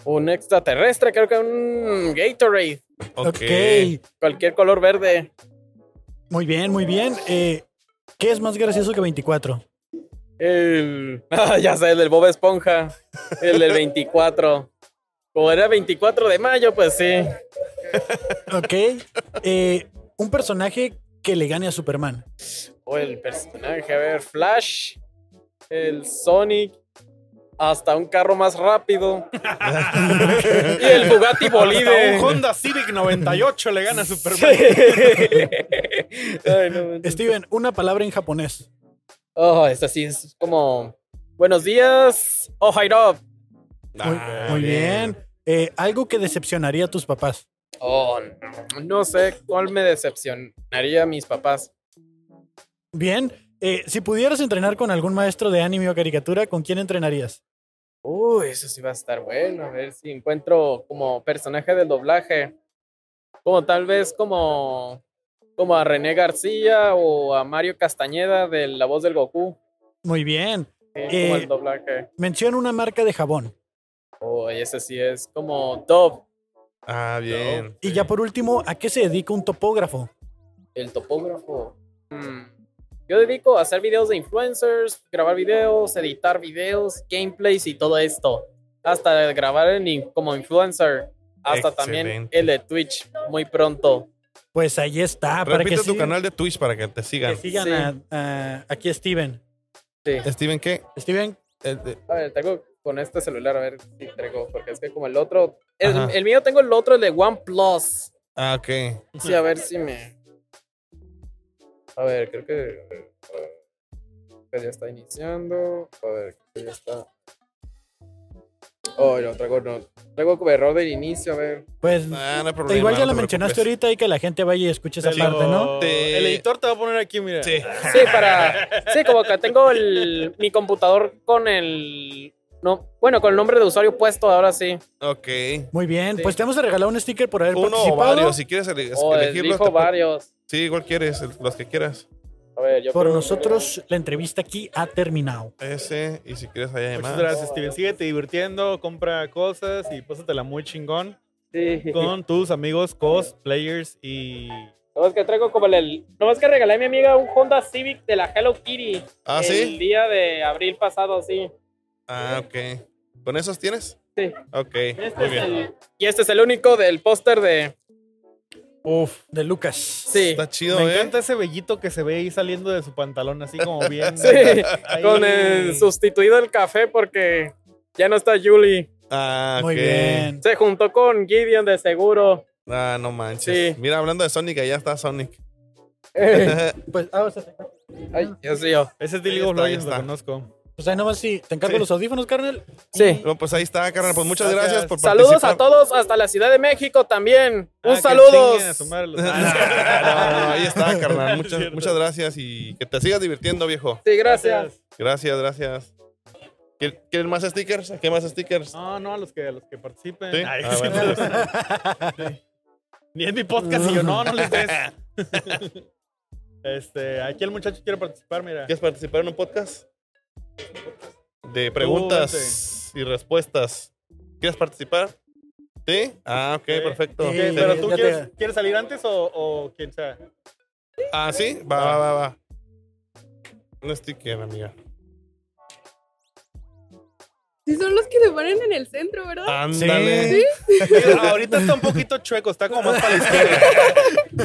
un extraterrestre, creo que un Gatorade,
Ok.
ok.
cualquier color verde.
Muy bien, muy bien. Eh, ¿Qué es más gracioso que 24?
El, ah, ya sé, el del Bob Esponja, el del 24. Como era 24 de mayo, pues sí.
Ok. Eh, un personaje que le gane a Superman.
O el personaje, a ver, Flash, el Sonic, hasta un carro más rápido. y el Bugatti Bolide.
Hasta un Honda Civic 98 le gana a Superman.
Ay, no, manches.
Steven, una palabra en japonés.
Oh, esto sí es como. Buenos días. Oh, Jairo.
Muy,
Ah,
muy bien. Eh, algo que decepcionaría a tus papás.
Oh, no, no sé cuál me decepcionaría a mis papás.
Bien. Eh, si pudieras entrenar con algún maestro de anime o caricatura, ¿con quién entrenarías?
Uy, eso sí va a estar bueno. A ver si encuentro como personaje del doblaje. Como tal vez como. Como a René García o a Mario Castañeda de La Voz del Goku.
Muy bien.
eh, como
Eh.
el doblaje.
Menciona una marca de jabón.
Oh, ese sí es como Top.
Ah, bien.
Y ya por último, ¿a qué se dedica un topógrafo?
El topógrafo. Mm. Yo dedico a hacer videos de influencers, grabar videos, editar videos, gameplays y todo esto. Hasta grabar en in- como influencer. Hasta también
Excelente.
el de Twitch muy pronto.
Pues ahí está. para
Repite
que
tu
sig-
canal de Twitch para que te
que
sigan.
sigan a- a- aquí a Steven.
Sí. Eh,
Steven, ¿qué?
Steven,
El de-
A ver, tengo con este celular, a ver si traigo, porque es que como el otro. El,
Ajá.
el mío tengo el otro, el de OnePlus.
Ah, ok.
Sí, a ver si me. A ver, creo que. que ya está iniciando. A ver, creo que ya está. Oh, no, traigo, no. Traigo como error del inicio, a ver.
pues
Ah, no hay problema.
igual ya
no
la
te
mencionaste
preocupes.
ahorita y que la gente vaya y escuche esa
Te
parte, ¿no?
lo-
Te-
El editor te va a poner aquí, mira.
Sí.
Sí, para. Sí, como que tengo el, mi computador con el. No, bueno, con el nombre de usuario puesto, ahora sí.
Ok.
Muy bien,
Sí.
pues te vamos a regalar un sticker por haber
Uno o
participado.
varios, si quieres ele-
O el
elegirlos. te
Oh, dijo
pu-
varios.
Sí, igual quieres, el- los que quieras.
A ver, yo.
Por
creo-
nosotros, la entrevista aquí ha terminado.
Ese, y si quieres allá hay
Muchas
más.
gracias, Steven. Síguete divirtiendo, compra cosas y pásatela muy chingón
Sí.
con tus amigos cosplayers y...
No es que traigo como el- el. No es que regalé a mi amiga un Honda Civic de la Hello Kitty.
Ah,
el
¿sí?
día de abril pasado, sí.
Ah, ok. ¿Con esos tienes?
Sí.
Ok,
Este
muy
es
bien.
el- y este es el único del póster de.
Uf, de Lucas.
Sí.
Está chido,
Me
¿eh?
encanta ese vellito que se ve ahí saliendo de su pantalón, así como bien...
Sí,
ahí.
Con el sustituido el café porque ya no está Julie.
Ah,
Muy
ok.
bien.
Se juntó con Gideon de seguro.
Ah, no manches.
Sí.
Mira, hablando de Sonic, allá está Sonic.
Pues, ah, o sea,
Ay, Dios mío.
Ese es
Ahí
Dilly Bob
está, ahí
Lawrence, lo
está.
conozco.
pues ahí nomás sí. Te encargo
Sí.
los audífonos, carnal.
Sí.
Bueno, pues ahí está, carnal. Pues muchas gracias por
Saludos
participar.
a todos hasta la Ciudad de México también.
Ah,
Un
que
saludo.
chinguen a su madre los-
No, no, ahí está, carnal.
Es
Muchas,
cierto.
muchas gracias y que te sigas divirtiendo, viejo.
Sí, gracias.
Gracias, gracias. ¿Quier- ¿Quieren más stickers? ¿Qué más stickers?
No, no, a los que, a los que participen.
Sí.
Ay,
Ah,
sí,
bueno.
no. Ni en mi podcast y yo, no, no les des. este, aquí el muchacho quiere participar, mira.
¿Quieres participar en un podcast? De preguntas y respuestas. ¿Quieres participar? ¿Sí? Ah, ok,
Sí.
perfecto.
Ok,
Sí,
pero tú
ya te-
quieres, quieres salir antes o, o quién sea.
Ah, sí, va, va, va, va. Un sticker, amiga.
Sí, son los que se ponen en el centro, ¿verdad?
Ándale.
Sí.
Mira, ahorita está un poquito chueco, está como más para la izquierda.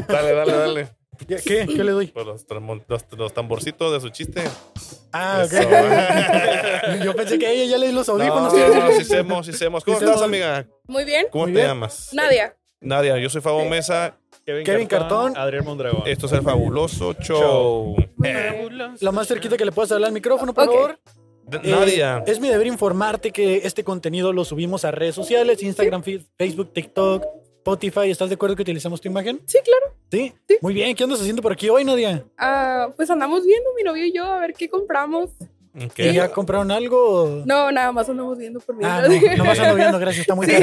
Dale, dale, dale.
¿Qué, qué? ¿Qué le doy?
Pues los, tramo- los- los tamborcitos de su chiste.
Ah,
Eso.
ok. Yo pensé que a ella ya le di los
No,
audífonos.
no, sí hacemos, sí hacemos. ¿Cómo
Sí
estás,
hacemos.
amiga?
Muy bien.
¿Cómo
Muy
te
bien.
llamas?
Nadia.
Nadia, yo soy Fabo Mesa.
Kevin Cartón.
Adrián Mondragón.
Esto es el fabuloso show. Eh,
Lo más cerquita que le puedas hablar al micrófono, por
Ok.
favor.
D-
Eh,
Nadia.
Es mi deber informarte que este contenido lo subimos a redes sociales, Instagram, Fe- Facebook, TikTok, Spotify. ¿Estás de acuerdo que utilizamos tu imagen?
Sí, claro.
¿Sí? Muy bien. ¿Qué andas haciendo por aquí hoy, Nadia?
Ah, pues andamos viendo, mi novio y yo, a ver qué compramos.
¿Y ¿Ya compraron algo?
No, nada más andamos viendo por mí.
Ah, no, nomás ando viendo, gracias, está muy bien.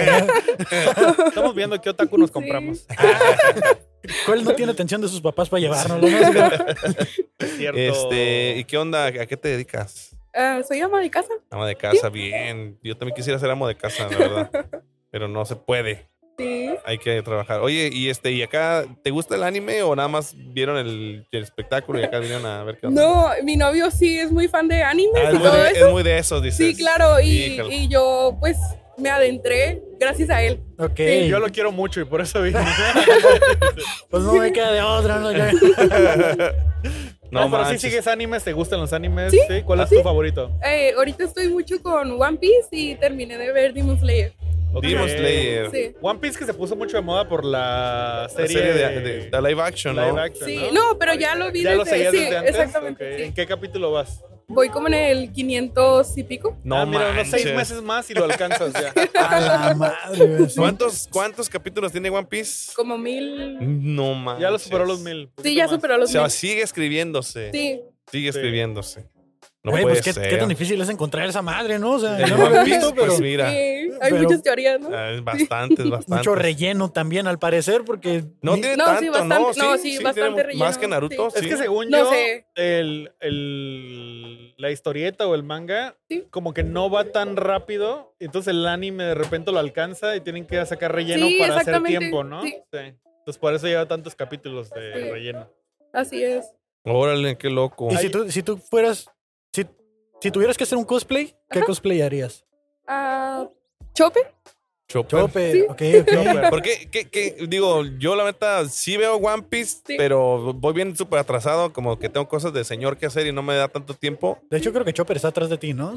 Estamos viendo qué otaku nos compramos.
¿Cuál no tiene atención de sus papás para llevárnoslo? no?
Cierto.
Este, ¿y qué onda? ¿A qué te dedicas?
Ah, soy ama de casa.
Ama de casa, bien. Yo también quisiera ser amo de casa, la verdad. Pero no se puede.
Sí.
Hay que trabajar. Oye, y este, ¿y acá te gusta el anime o nada más vieron el, el espectáculo y acá vinieron a ver qué onda?
No, mi novio sí es muy fan de animes
Ah,
y
es, muy
todo
de,
eso.
es muy de esos, dices.
Sí, claro, y,
Híjole.
y yo pues me adentré gracias a él.
Ok.
Sí.
Yo lo quiero mucho y por eso vine.
Pues no me queda de otra. No, Ya-
No,
No, pero si
manches.
sigues animes, ¿te gustan los animes?
Sí,
¿Cuál es tu favorito?
Eh, ahorita estoy mucho con One Piece y terminé de ver Demon Slayer.
Demon
Ok.
Slayer.
Sí.
One Piece que se puso mucho de moda por la
La
serie,
serie de, de- de live action, ¿no?
live action,
Sí, no, pero ya lo vi
Ah, ¿Ya lo
desde,
seguías
sí,
desde antes?
exactamente.
Ok.
sí.
¿En qué capítulo vas?
Voy como en el 500 y pico.
No,
Ah, mira, unos seis
manches.
meses más y lo alcanzas ya.
A la madre. güey, sí.
¿Cuántos, ¿Cuántos capítulos tiene One Piece?
Como mil.
No más.
Ya lo superó los mil.
Sí, ya superó
O
los
sea,
mil.
sigue escribiéndose.
Sí.
Sigue
Sí.
escribiéndose. No
Güey,
puede
pues, ¿qué,
ser.
qué tan difícil es encontrar esa madre, ¿no? O sea,
El
no lo
One
había
Piece,
visto, pero
pues mira.
Sí, hay
Pero-
muchas teorías, ¿no?
ah, es Bastante, es bastante.
mucho relleno también, al parecer, porque
No
ni-
tiene
No, sí,
tanto, ¿no?
bastante- no, sí,
tiene
bastante relleno,
Más que Naruto,
sí.
sí.
Es que según
No
yo,
sé.
el, el- la historieta o el manga,
Sí.
como que no va tan rápido, entonces el anime de repente lo alcanza y tienen que sacar relleno
Sí,
para hacer
exactamente,
tiempo, ¿no?
sí.
Entonces por eso lleva tantos capítulos de
Sí.
relleno.
Así es.
Órale, qué loco.
Y si tú, si tú fueras, si, si tuvieras que hacer un cosplay, ¿qué cosplay harías?
Ah, ¿Chope?
Chopper.
Chope,
Sí.
ok, ok.
Porque, que, que, digo, yo la neta sí veo One Piece,
Sí.
pero voy bien súper atrasado, como que tengo cosas de señor que hacer y no me da tanto tiempo.
De hecho, creo que Chopper está atrás de ti, ¿no?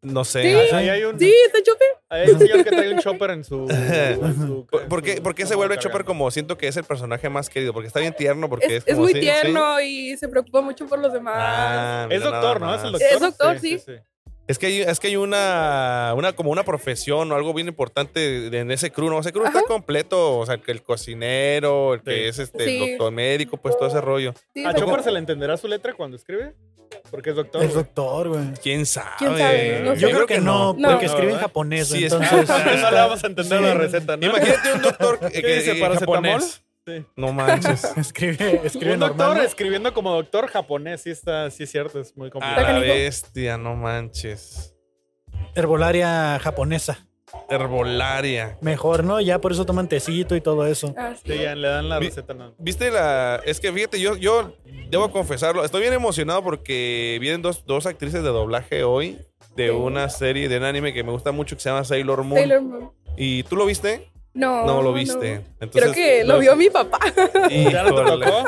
No sé.
Sí.
así-
Ahí hay un,
Sí, está Chope.
ahí hay un señor que trae un chopper en su... en su-
¿Por, por qué, por qué se vuelve Chopper como siento que es el personaje más querido? Porque está bien tierno, porque es,
Es, es
como
muy
así, sí.
tierno y se preocupa mucho por los demás.
Ah,
Es
mira
doctor,
nada
¿no? Es el
más.
doctor.
Es doctor, sí.
Es que hay, es que hay una, una, como una profesión o algo bien importante de- en ese crew, ¿no? Ese crew está completo, o sea, que el cocinero, el
Sí.
que es este
Sí.
el doctor médico, pues todo ese rollo.
Sí,
¿A
se-
Chopper se le entenderá su letra cuando escribe? Porque es doctor.
El
güey.
doctor, güey.
¿Quién sabe?
¿Quién sabe? No
Yo,
sé.
creo que
no.
no, porque
Ah, No,
escribe en
¿verdad?
japonés,
Sí, es-
entonces.
no le vamos a entender la receta, ¿no?
Imagínate un doctor eh, que,
¿Qué dice,
eh,
paracetamol?
japonés.
Sí.
No manches.
Escribe, escribe
un doctor
normal. ¿no? Ah,
escribiendo como doctor japonés, sí está, sí es cierto, es muy
A
complicado.
la
canijo.
bestia, no manches.
Herbolaria japonesa.
Herbolaria.
Mejor, ¿no? Ya por eso toman tecito y todo eso.
Ah, sí.
Sí, ya le dan la
Mi-
receta, no.
¿Viste la.? Es que fíjate, yo, yo debo confesarlo. Estoy bien emocionado porque vienen dos, dos actrices de doblaje hoy de
Sí.
una serie, de un anime que me gusta mucho que se llama Sailor Moon.
Sailor Moon.
¿Y tú lo viste?
No.
no lo viste.
Creo
Entonces,
que
no-
lo vio mi papá.
¿Ya no te
Híjole.
tocó?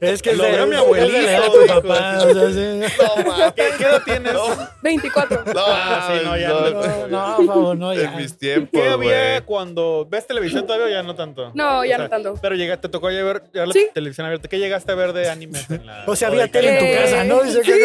Es que es
Lo
de-
veo mi
es de
abuelito,
leer a
hijo.
tu papá. o sea, sí.
¿Qué, qué edad tienes?
24.
Ah, sí, no, ya no.
No, no, por favor, no, ya.
En mis tiempos.
¿Qué había
güey.
cuando ves televisión todavía o ya no tanto?
No, ya
O sea,
no tanto.
Pero llegaste, te tocó ya ver ya la
Sí.
televisión abierta. ¿Qué llegaste a ver de animes? en la-
O sea,
de
había tele en tu
Eh,
casa, ¿no? Dice que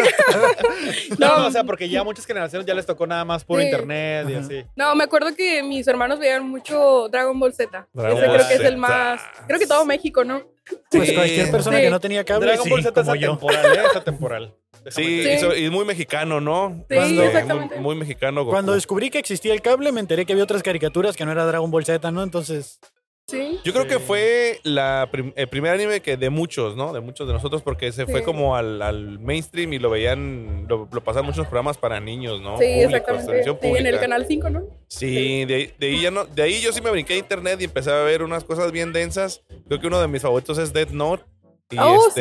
No,
No.
no, o sea, porque ya muchas generaciones ya les tocó nada más por
Sí.
internet y
Ajá.
así.
No, me acuerdo que mis hermanos veían mucho Dragon Ball Z.
Dragon
Ese
Ball
creo que es
Z.
el más. Creo que todo México, ¿no?
Pues
Sí.
cualquier persona
Sí.
que no tenía cable,
Dragon
sí,
Ball Z es
como yo.
atemporal, ¿eh? es atemporal. Déjame
Sí,
decir.
y so- y es muy mexicano, ¿no?
Sí,
Cuando-
exactamente.
Muy, muy mexicano. Goku.
Cuando descubrí que existía el cable, me enteré que había otras caricaturas que no era Dragon Ball Z, ¿no? Entonces,
Sí.
Yo creo
Sí.
que fue la prim- el primer anime que de muchos, ¿no? De muchos de nosotros, porque se fue
Sí.
como al, al mainstream y lo veían, lo, lo pasaban muchos programas para niños, ¿no?
Sí,
Públicos,
exactamente.
televisión
Sí, en el
pública.
canal 5, ¿no?
Sí, de, ahí- de ahí ya no, de ahí yo sí me brinqué a internet y empecé a ver unas cosas bien densas. Creo que uno de mis favoritos es Death Note. Y
Oh,
este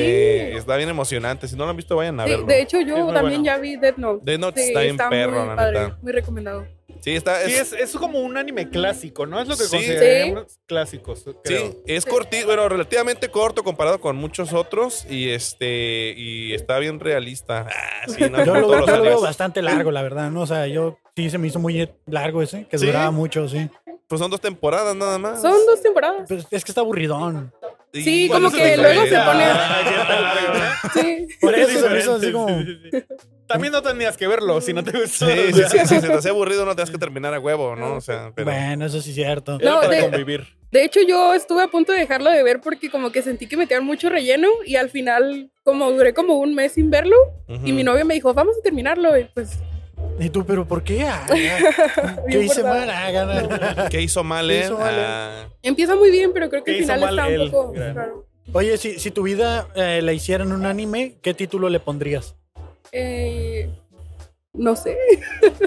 sí.
está bien emocionante. Si no lo han visto, vayan a
Sí,
verlo.
de hecho, yo
Es muy
también
bueno.
ya vi Death Note.
Death Note
Sí,
está bien perro,
muy
la
padre,
neta.
muy recomendado.
Sí, está,
Sí, es,
es-
es como un anime clásico, ¿no? Es lo que
Sí.
consideramos clásicos, creo.
Sí, es cortito, bueno, relativamente corto comparado con muchos otros y este y está bien realista. Ah, sí, no,
yo lo,
como todos
veo-
los
yo lo veo
animes.
bastante largo, la verdad, ¿no? O sea, yo sí se me hizo muy largo ese, que
¿Sí?
duraba mucho, sí.
Pues son dos temporadas nada más.
Son dos temporadas.
Pero es que está aburridón.
Y-
Sí,
¿cuál
como
es el
que
de
luego se
Corea?
pone-
Ah, qué tal, güey.
Sí.
Por eso se me hizo así
Sí,
como.
sí, sí, sí. También no tenías que verlo si no te gustó.
Sí, sí, sí, si se te hace aburrido no te has que terminar a huevo, ¿no? O sea, pero...
Bueno, eso sí es cierto.
Era
No,
para
de-
convivir.
De hecho, yo estuve a punto de dejarlo de ver porque como que sentí que metían mucho relleno y al final como duré como un mes sin verlo y mi novio me dijo, vamos a terminarlo y pues...
Y tú, pero ¿por qué? Ah, ¿Qué
bien
hice
forzado.
mal? Ah, gana.
¿Qué hizo mal,
¿Qué
eh?
hizo mal, eh?
Ah,
Empieza muy bien, pero creo que
¿Qué
al
hizo
final
mal
está un
él?
poco...
Gran.
raro.
Oye, si, si tu vida eh, la hicieran un anime, ¿qué título le pondrías?
Eh, no sé.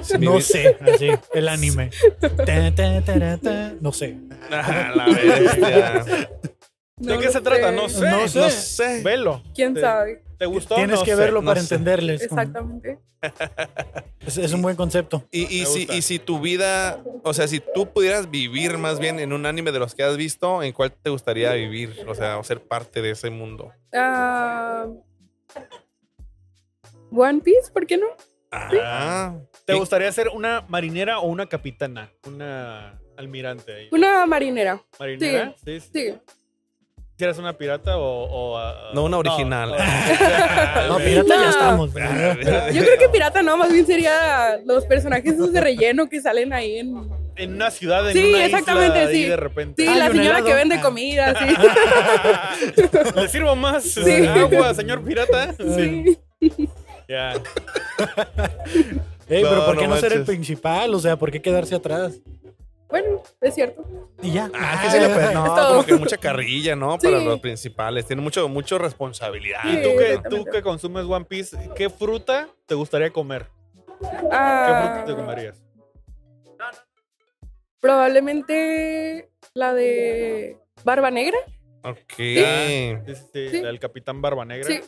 sí,
No
mi-
sé,
ah,
así, el anime. Ta, ta, ta, ta, No sé.
Ah, la bestia.
¿De
No
qué
lo
se trata?
sé.
No sé.
No sé.
No sé.
Velo.
¿Quién
Te-
sabe?
¿Te gustó?
Tienes
No
que
sé,
verlo
no
para
sé.
entenderles.
Exactamente.
Es, es un buen concepto.
Y, y,
Me
si,
gusta.
y si tu vida, o sea, si tú pudieras vivir más bien en un anime de los que has visto, ¿en cuál te gustaría vivir? O sea, o ser parte de ese mundo.
Ah, One Piece, ¿por qué no?
Ah,
¿Te
¿Y-
gustaría ser una marinera o una capitana? Una almirante. ahí.
Una marinera.
¿Marinera? Sí. sí.
Sí.
¿Quieres una pirata o...? o, ah,
No, una original.
No, pirata ya
No.
estamos.
Yo creo que pirata no, más bien sería los personajes esos de relleno que salen ahí en...
En una ciudad, en
Sí,
una
exactamente,
isla, ahí
sí.
de repente.
Sí,
Hay
la
un
señora
helado.
que vende
Ah.
comida, sí.
¿Le sirvo más
Sí.
agua, señor pirata?
Sí.
Ya.
Ey, pero
No,
¿por qué
no
no, ser el
manches.
principal? O sea, ¿por qué quedarse atrás?
Bueno, es cierto.
Y ya.
Ah, es que sí le pe- no,
Esto.
como que mucha carrilla, ¿no? Para
Sí.
los principales. Tiene mucho, mucho responsabilidad.
¿Y
Sí,
Ah, tú que, tú
exactamente.
que consumes One Piece, qué fruta te gustaría comer? ¿Qué
Ah,
fruta te comerías?
probablemente la de Barba Negra.
Ok. Ah.
Sí, sí, sí,
Sí.
la del Este, Capitán Barba Negra.
Sí.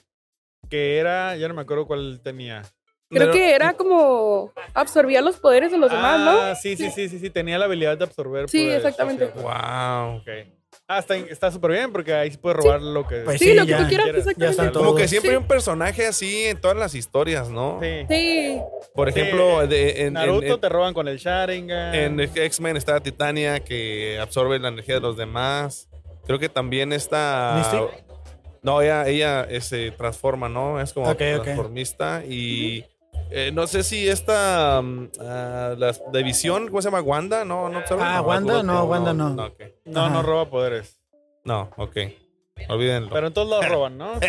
Que era, ya no me acuerdo cuál tenía.
Creo
Pero-
que era como absorbía los poderes de los demás, ¿no?
ah, sí, sí, sí, sí, sí, tenía la habilidad de absorber.
Sí,
poderes,
exactamente.
sí, sí.
Wow.
Ok. Ah, está está súper bien porque ahí sí puedes robar lo que.
Pues
Sí,
sí,
lo que
ya,
tú quieras,
quieras, ya
exactamente.
están
Como que
todos.
siempre
Sí.
hay un personaje así en todas las historias, ¿no?
Sí.
Sí,
Por
Sí.
ejemplo, de- en,
eh, Naruto
en-
te roban con el Sharingan.
en X-Men está Titania que absorbe la energía de los demás. Creo que también está.
¿Mystique?
No, ella, ella eh, se transforma, ¿no? Es como
Ok, ok.
transformista. Y eh, no sé si esta. mm, ah, las de visión, ¿cómo se llama? ¿Wanda? No, no absorbe?
Ah,
No,
Wanda,
algo-
no, Wanda no.
No, ok.
no,
Ajá.
no roba poderes.
No, ok. Olvídenlo.
Pero en todos lados roban, ¿no?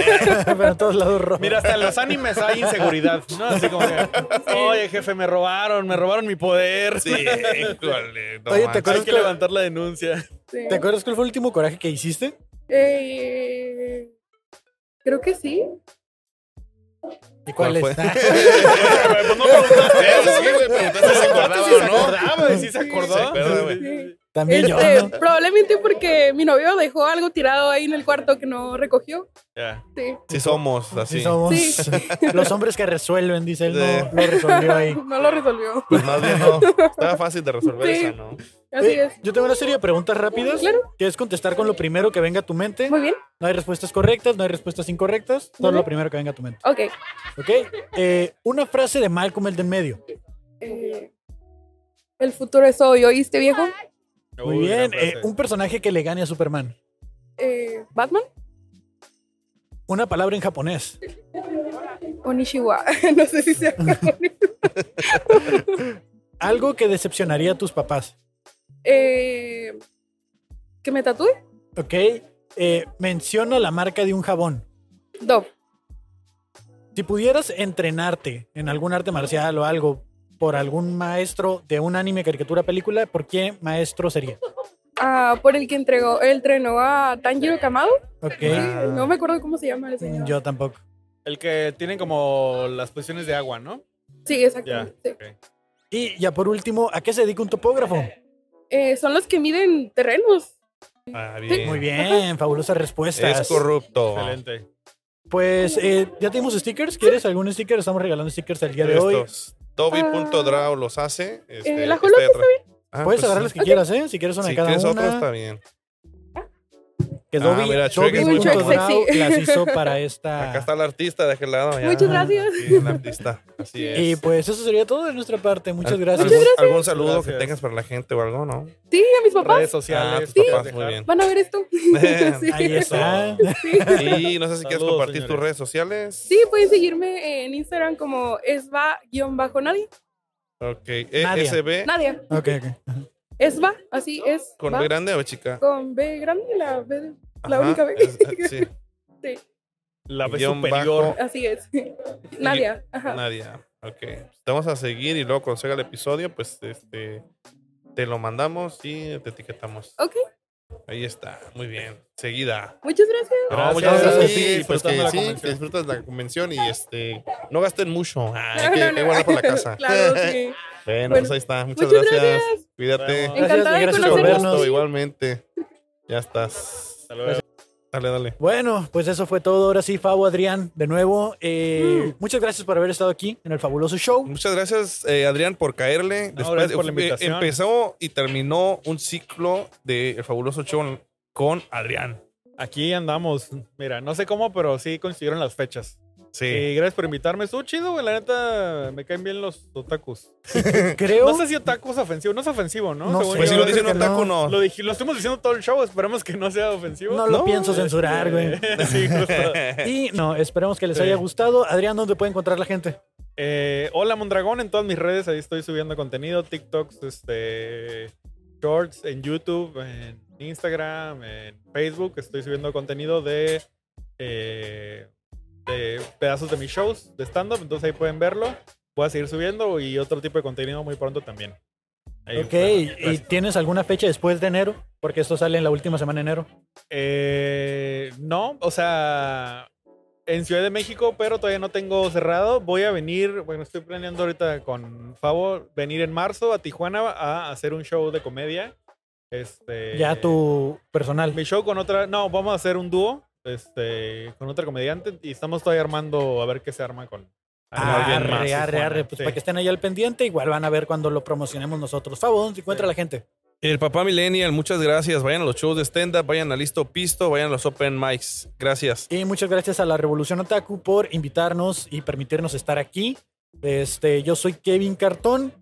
pero en todos lados rojo.
Mira, hasta en los animes hay inseguridad, ¿no? Así como que, oye, jefe, me robaron, me robaron mi poder.
Sí, híjole, no
Oye, ¿te
manches.
acuerdas
Hay que
que-
levantar la denuncia.
sí.
¿Te acuerdas cuál fue el último coraje que hiciste?
Eh, creo que sí.
¿Y cuál,
¿Cuál fue?
es?
Pues no preguntaste
Pero sí, güey, preguntaste si se
Ah,
acordaba
si se
o no.
acordaba, si se acordó.
Se acuerda, güey.
Sí.
También yo.
Este,
¿no?
Probablemente porque mi novio dejó algo tirado ahí en el cuarto que no recogió.
Ya.
Sí.
Sí somos así.
Sí, somos
Sí.
los hombres que resuelven, dice él.
Sí.
No lo resolvió ahí.
No lo resolvió.
Pues más bien no. Estaba fácil de resolver
Sí.
esa, ¿no?
Así
Eh,
es.
Yo tengo una serie de preguntas rápidas.
Claro.
Quieres contestar con lo primero que venga a tu mente.
Muy bien.
No hay respuestas correctas, no hay respuestas incorrectas. Todo
Muy
lo
bien.
primero que venga a tu mente.
Ok.
¿Ok? Eh, una frase de Malcolm, el del medio.
Eh, el futuro es hoy, ¿oíste, viejo?
Muy
Uy, gran
bien. Eh,
frase.
un personaje que le gane a Superman.
Eh, ¿Batman?
Una palabra en japonés.
Onishiwa. No sé si sea.
Algo que decepcionaría a tus papás.
Eh, ¿Que me tatúe?
¿Ok? Eh, menciona la marca de un jabón.
Dove.
Si pudieras entrenarte en algún arte marcial o algo por algún maestro de un anime, caricatura, película, ¿por qué maestro sería?
Ah, por el que entregó, él entrenó a Tanjiro Kamado.
Ok.
Ah.
Sí, no me acuerdo cómo se llama el señor.
Yo tampoco.
El que tiene como las posiciones de agua, ¿no?
Sí,
Ya.
exactamente.
ok.
Y ya por último, ¿a qué se dedica un topógrafo?
Eh, son los que miden terrenos.
Ah, bien.
Muy bien, fabulosas respuestas.
Es corrupto.
Excelente.
Pues eh, ya tenemos stickers. ¿Quieres algún sticker? Estamos regalando stickers el día de hoy.
Estos. Toby.draw los hace. Este,
Eh, la
este
jolote
atrás. Ah,
Puedes
pues
agarrar
sí.
los que quieras, ¿eh? Si quieres una
Si
cada
quieres otro,
una.
está bien.
que
Ah,
Dobby,
mira, Shrek es
Dobby
muy
punto
famoso.
Draw
Shrek, sí.
las hizo para esta.
Acá está el artista de aquel lado. ya.
Muchas gracias.
Sí, el artista. Así es.
Y pues eso sería todo de nuestra parte. Muchas
Al-
gracias.
¿Algún, algún saludo
Gracias.
que tengas para la gente o algo, no?
Sí, a mis
Redes
papás.
Ah,
sociales.
tus papás, muy bien.
Van a ver esto. Sí.
Ahí está.
Y no sé si quieres
Saludos,
compartir tus
señores.
redes sociales.
Sí, pueden seguirme en Instagram como esva-nadie.
Ok. E
Nadia.
ESB
Nadia.
Ok, ok.
Esva, así es.
Eh. con
va,
B grande o chica.
Con B grande, la B de- la
Ajá,
única B.
es- sí.
Sí,
eh, La vez
Guión
superior.
bajo,
así es. Nadia. Ajá.
Nadia. Ok. Te vamos a seguir y luego cuando salga el episodio, pues este te lo mandamos y te etiquetamos.
Ok.
Ahí está. Muy bien. Seguida.
Muchas gracias.
No,
Gracias.
muchas gracias.
Gracias. Sí,
Sí, pues que
disfrutando la
sí,
convención.
que disfrutas la convención y este no gasten mucho. Ah, hay
No,
que,
no,
hay que
no.
guardar para la casa.
Claro, sí.
Bueno,
Bueno,
pues ahí está. Muchas,
muchas
gracias.
gracias.
Cuídate.
Nos
Gracias,
Encantada de
gracias por
Mucho
conocerlos.
vernos.
gusto, igualmente. Ya estás.
Hasta luego.
Dale, dale.
Bueno, pues eso fue todo. Ahora sí, Fabo, Adrián, de nuevo. eh, Muchas gracias por haber estado aquí en el fabuloso show.
Muchas gracias, eh, Adrián, por caerle.
No, gracias por la
eh,
invitación.
empezó y terminó un ciclo de El Fabuloso Show con Adrián.
Aquí andamos. Mira, no sé cómo, pero sí consiguieron las fechas.
Sí.
Y gracias por invitarme. Estuvo chido, güey. La neta, me caen bien los otakus.
Creo.
No sé si otaku es ofensivo. No es ofensivo, ¿no?
No
Según
sé.
Pues si
yo,
lo
creo
dicen
que
otaku, no.
lo, dij- lo estuvimos diciendo todo el show. Esperemos que no sea ofensivo.
No lo pienso censurar, güey.
sí, justo.
Y no, esperemos que les
Sí.
haya gustado. Adrián, ¿dónde puede encontrar la gente?
Eh, hola Mondragón en todas mis redes, ahí estoy subiendo contenido, TikToks, este, shorts en YouTube, en Instagram, en Facebook, estoy subiendo contenido de, eh, de pedazos de mis shows de stand-up, entonces ahí pueden verlo, voy a seguir subiendo y otro tipo de contenido muy pronto también. Ahí,
Ok,
bueno,
¿y
gracias.
tienes alguna fecha después de enero? Porque esto sale en la última semana de enero.
Eh, no, o sea, en Ciudad de México, pero todavía no tengo cerrado. Voy a venir, bueno, estoy planeando ahorita con Favo venir en marzo a Tijuana a hacer un show de comedia. Este,
Ya tu personal.
Mi show con otra, no, vamos a hacer un dúo este, con otra comediante y estamos todavía armando a ver qué se arma con. Ah, alguien
Arre,
más,
arre,
Tijuana.
arre. Pues
Sí.
para que estén ahí al pendiente, igual van a ver cuando lo promocionemos nosotros. Fabo, ¿dónde se encuentra la gente?
El papá Millennial, muchas gracias. Vayan a los shows de stand-up, vayan a Listo Pisto, vayan a los Open Mics. Gracias.
Y muchas gracias a la Revolución Otaku por invitarnos y permitirnos estar aquí. Este, yo soy Kevin Cartón.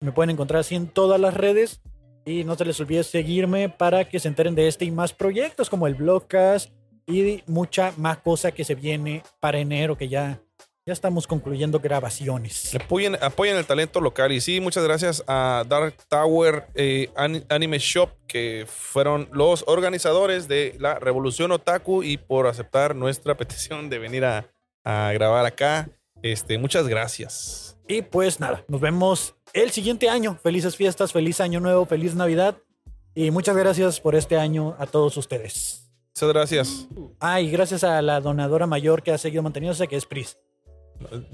Me pueden encontrar así en todas las redes. Y no se les olvide seguirme para que se enteren de este y más proyectos como el Blogcast y mucha más cosa que se viene para enero, que ya, ya estamos concluyendo grabaciones.
Apoyen, apoyen el talento local. Y sí, muchas gracias a Dark Tower eh, An- Anime Shop, que fueron los organizadores de la Revolución Otaku y por aceptar nuestra petición de venir a, a grabar acá. Este, muchas gracias.
Y pues nada, nos vemos el siguiente año. Felices fiestas, feliz año nuevo, feliz Navidad. Y muchas gracias por este año a todos ustedes.
Muchas gracias.
Ah, y gracias a la donadora mayor que ha seguido manteniéndose, que es Pris.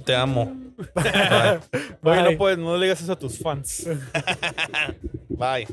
Te amo.
Bye.
pues.
Güey, no, puedes, no le digas eso a tus fans.
Bye.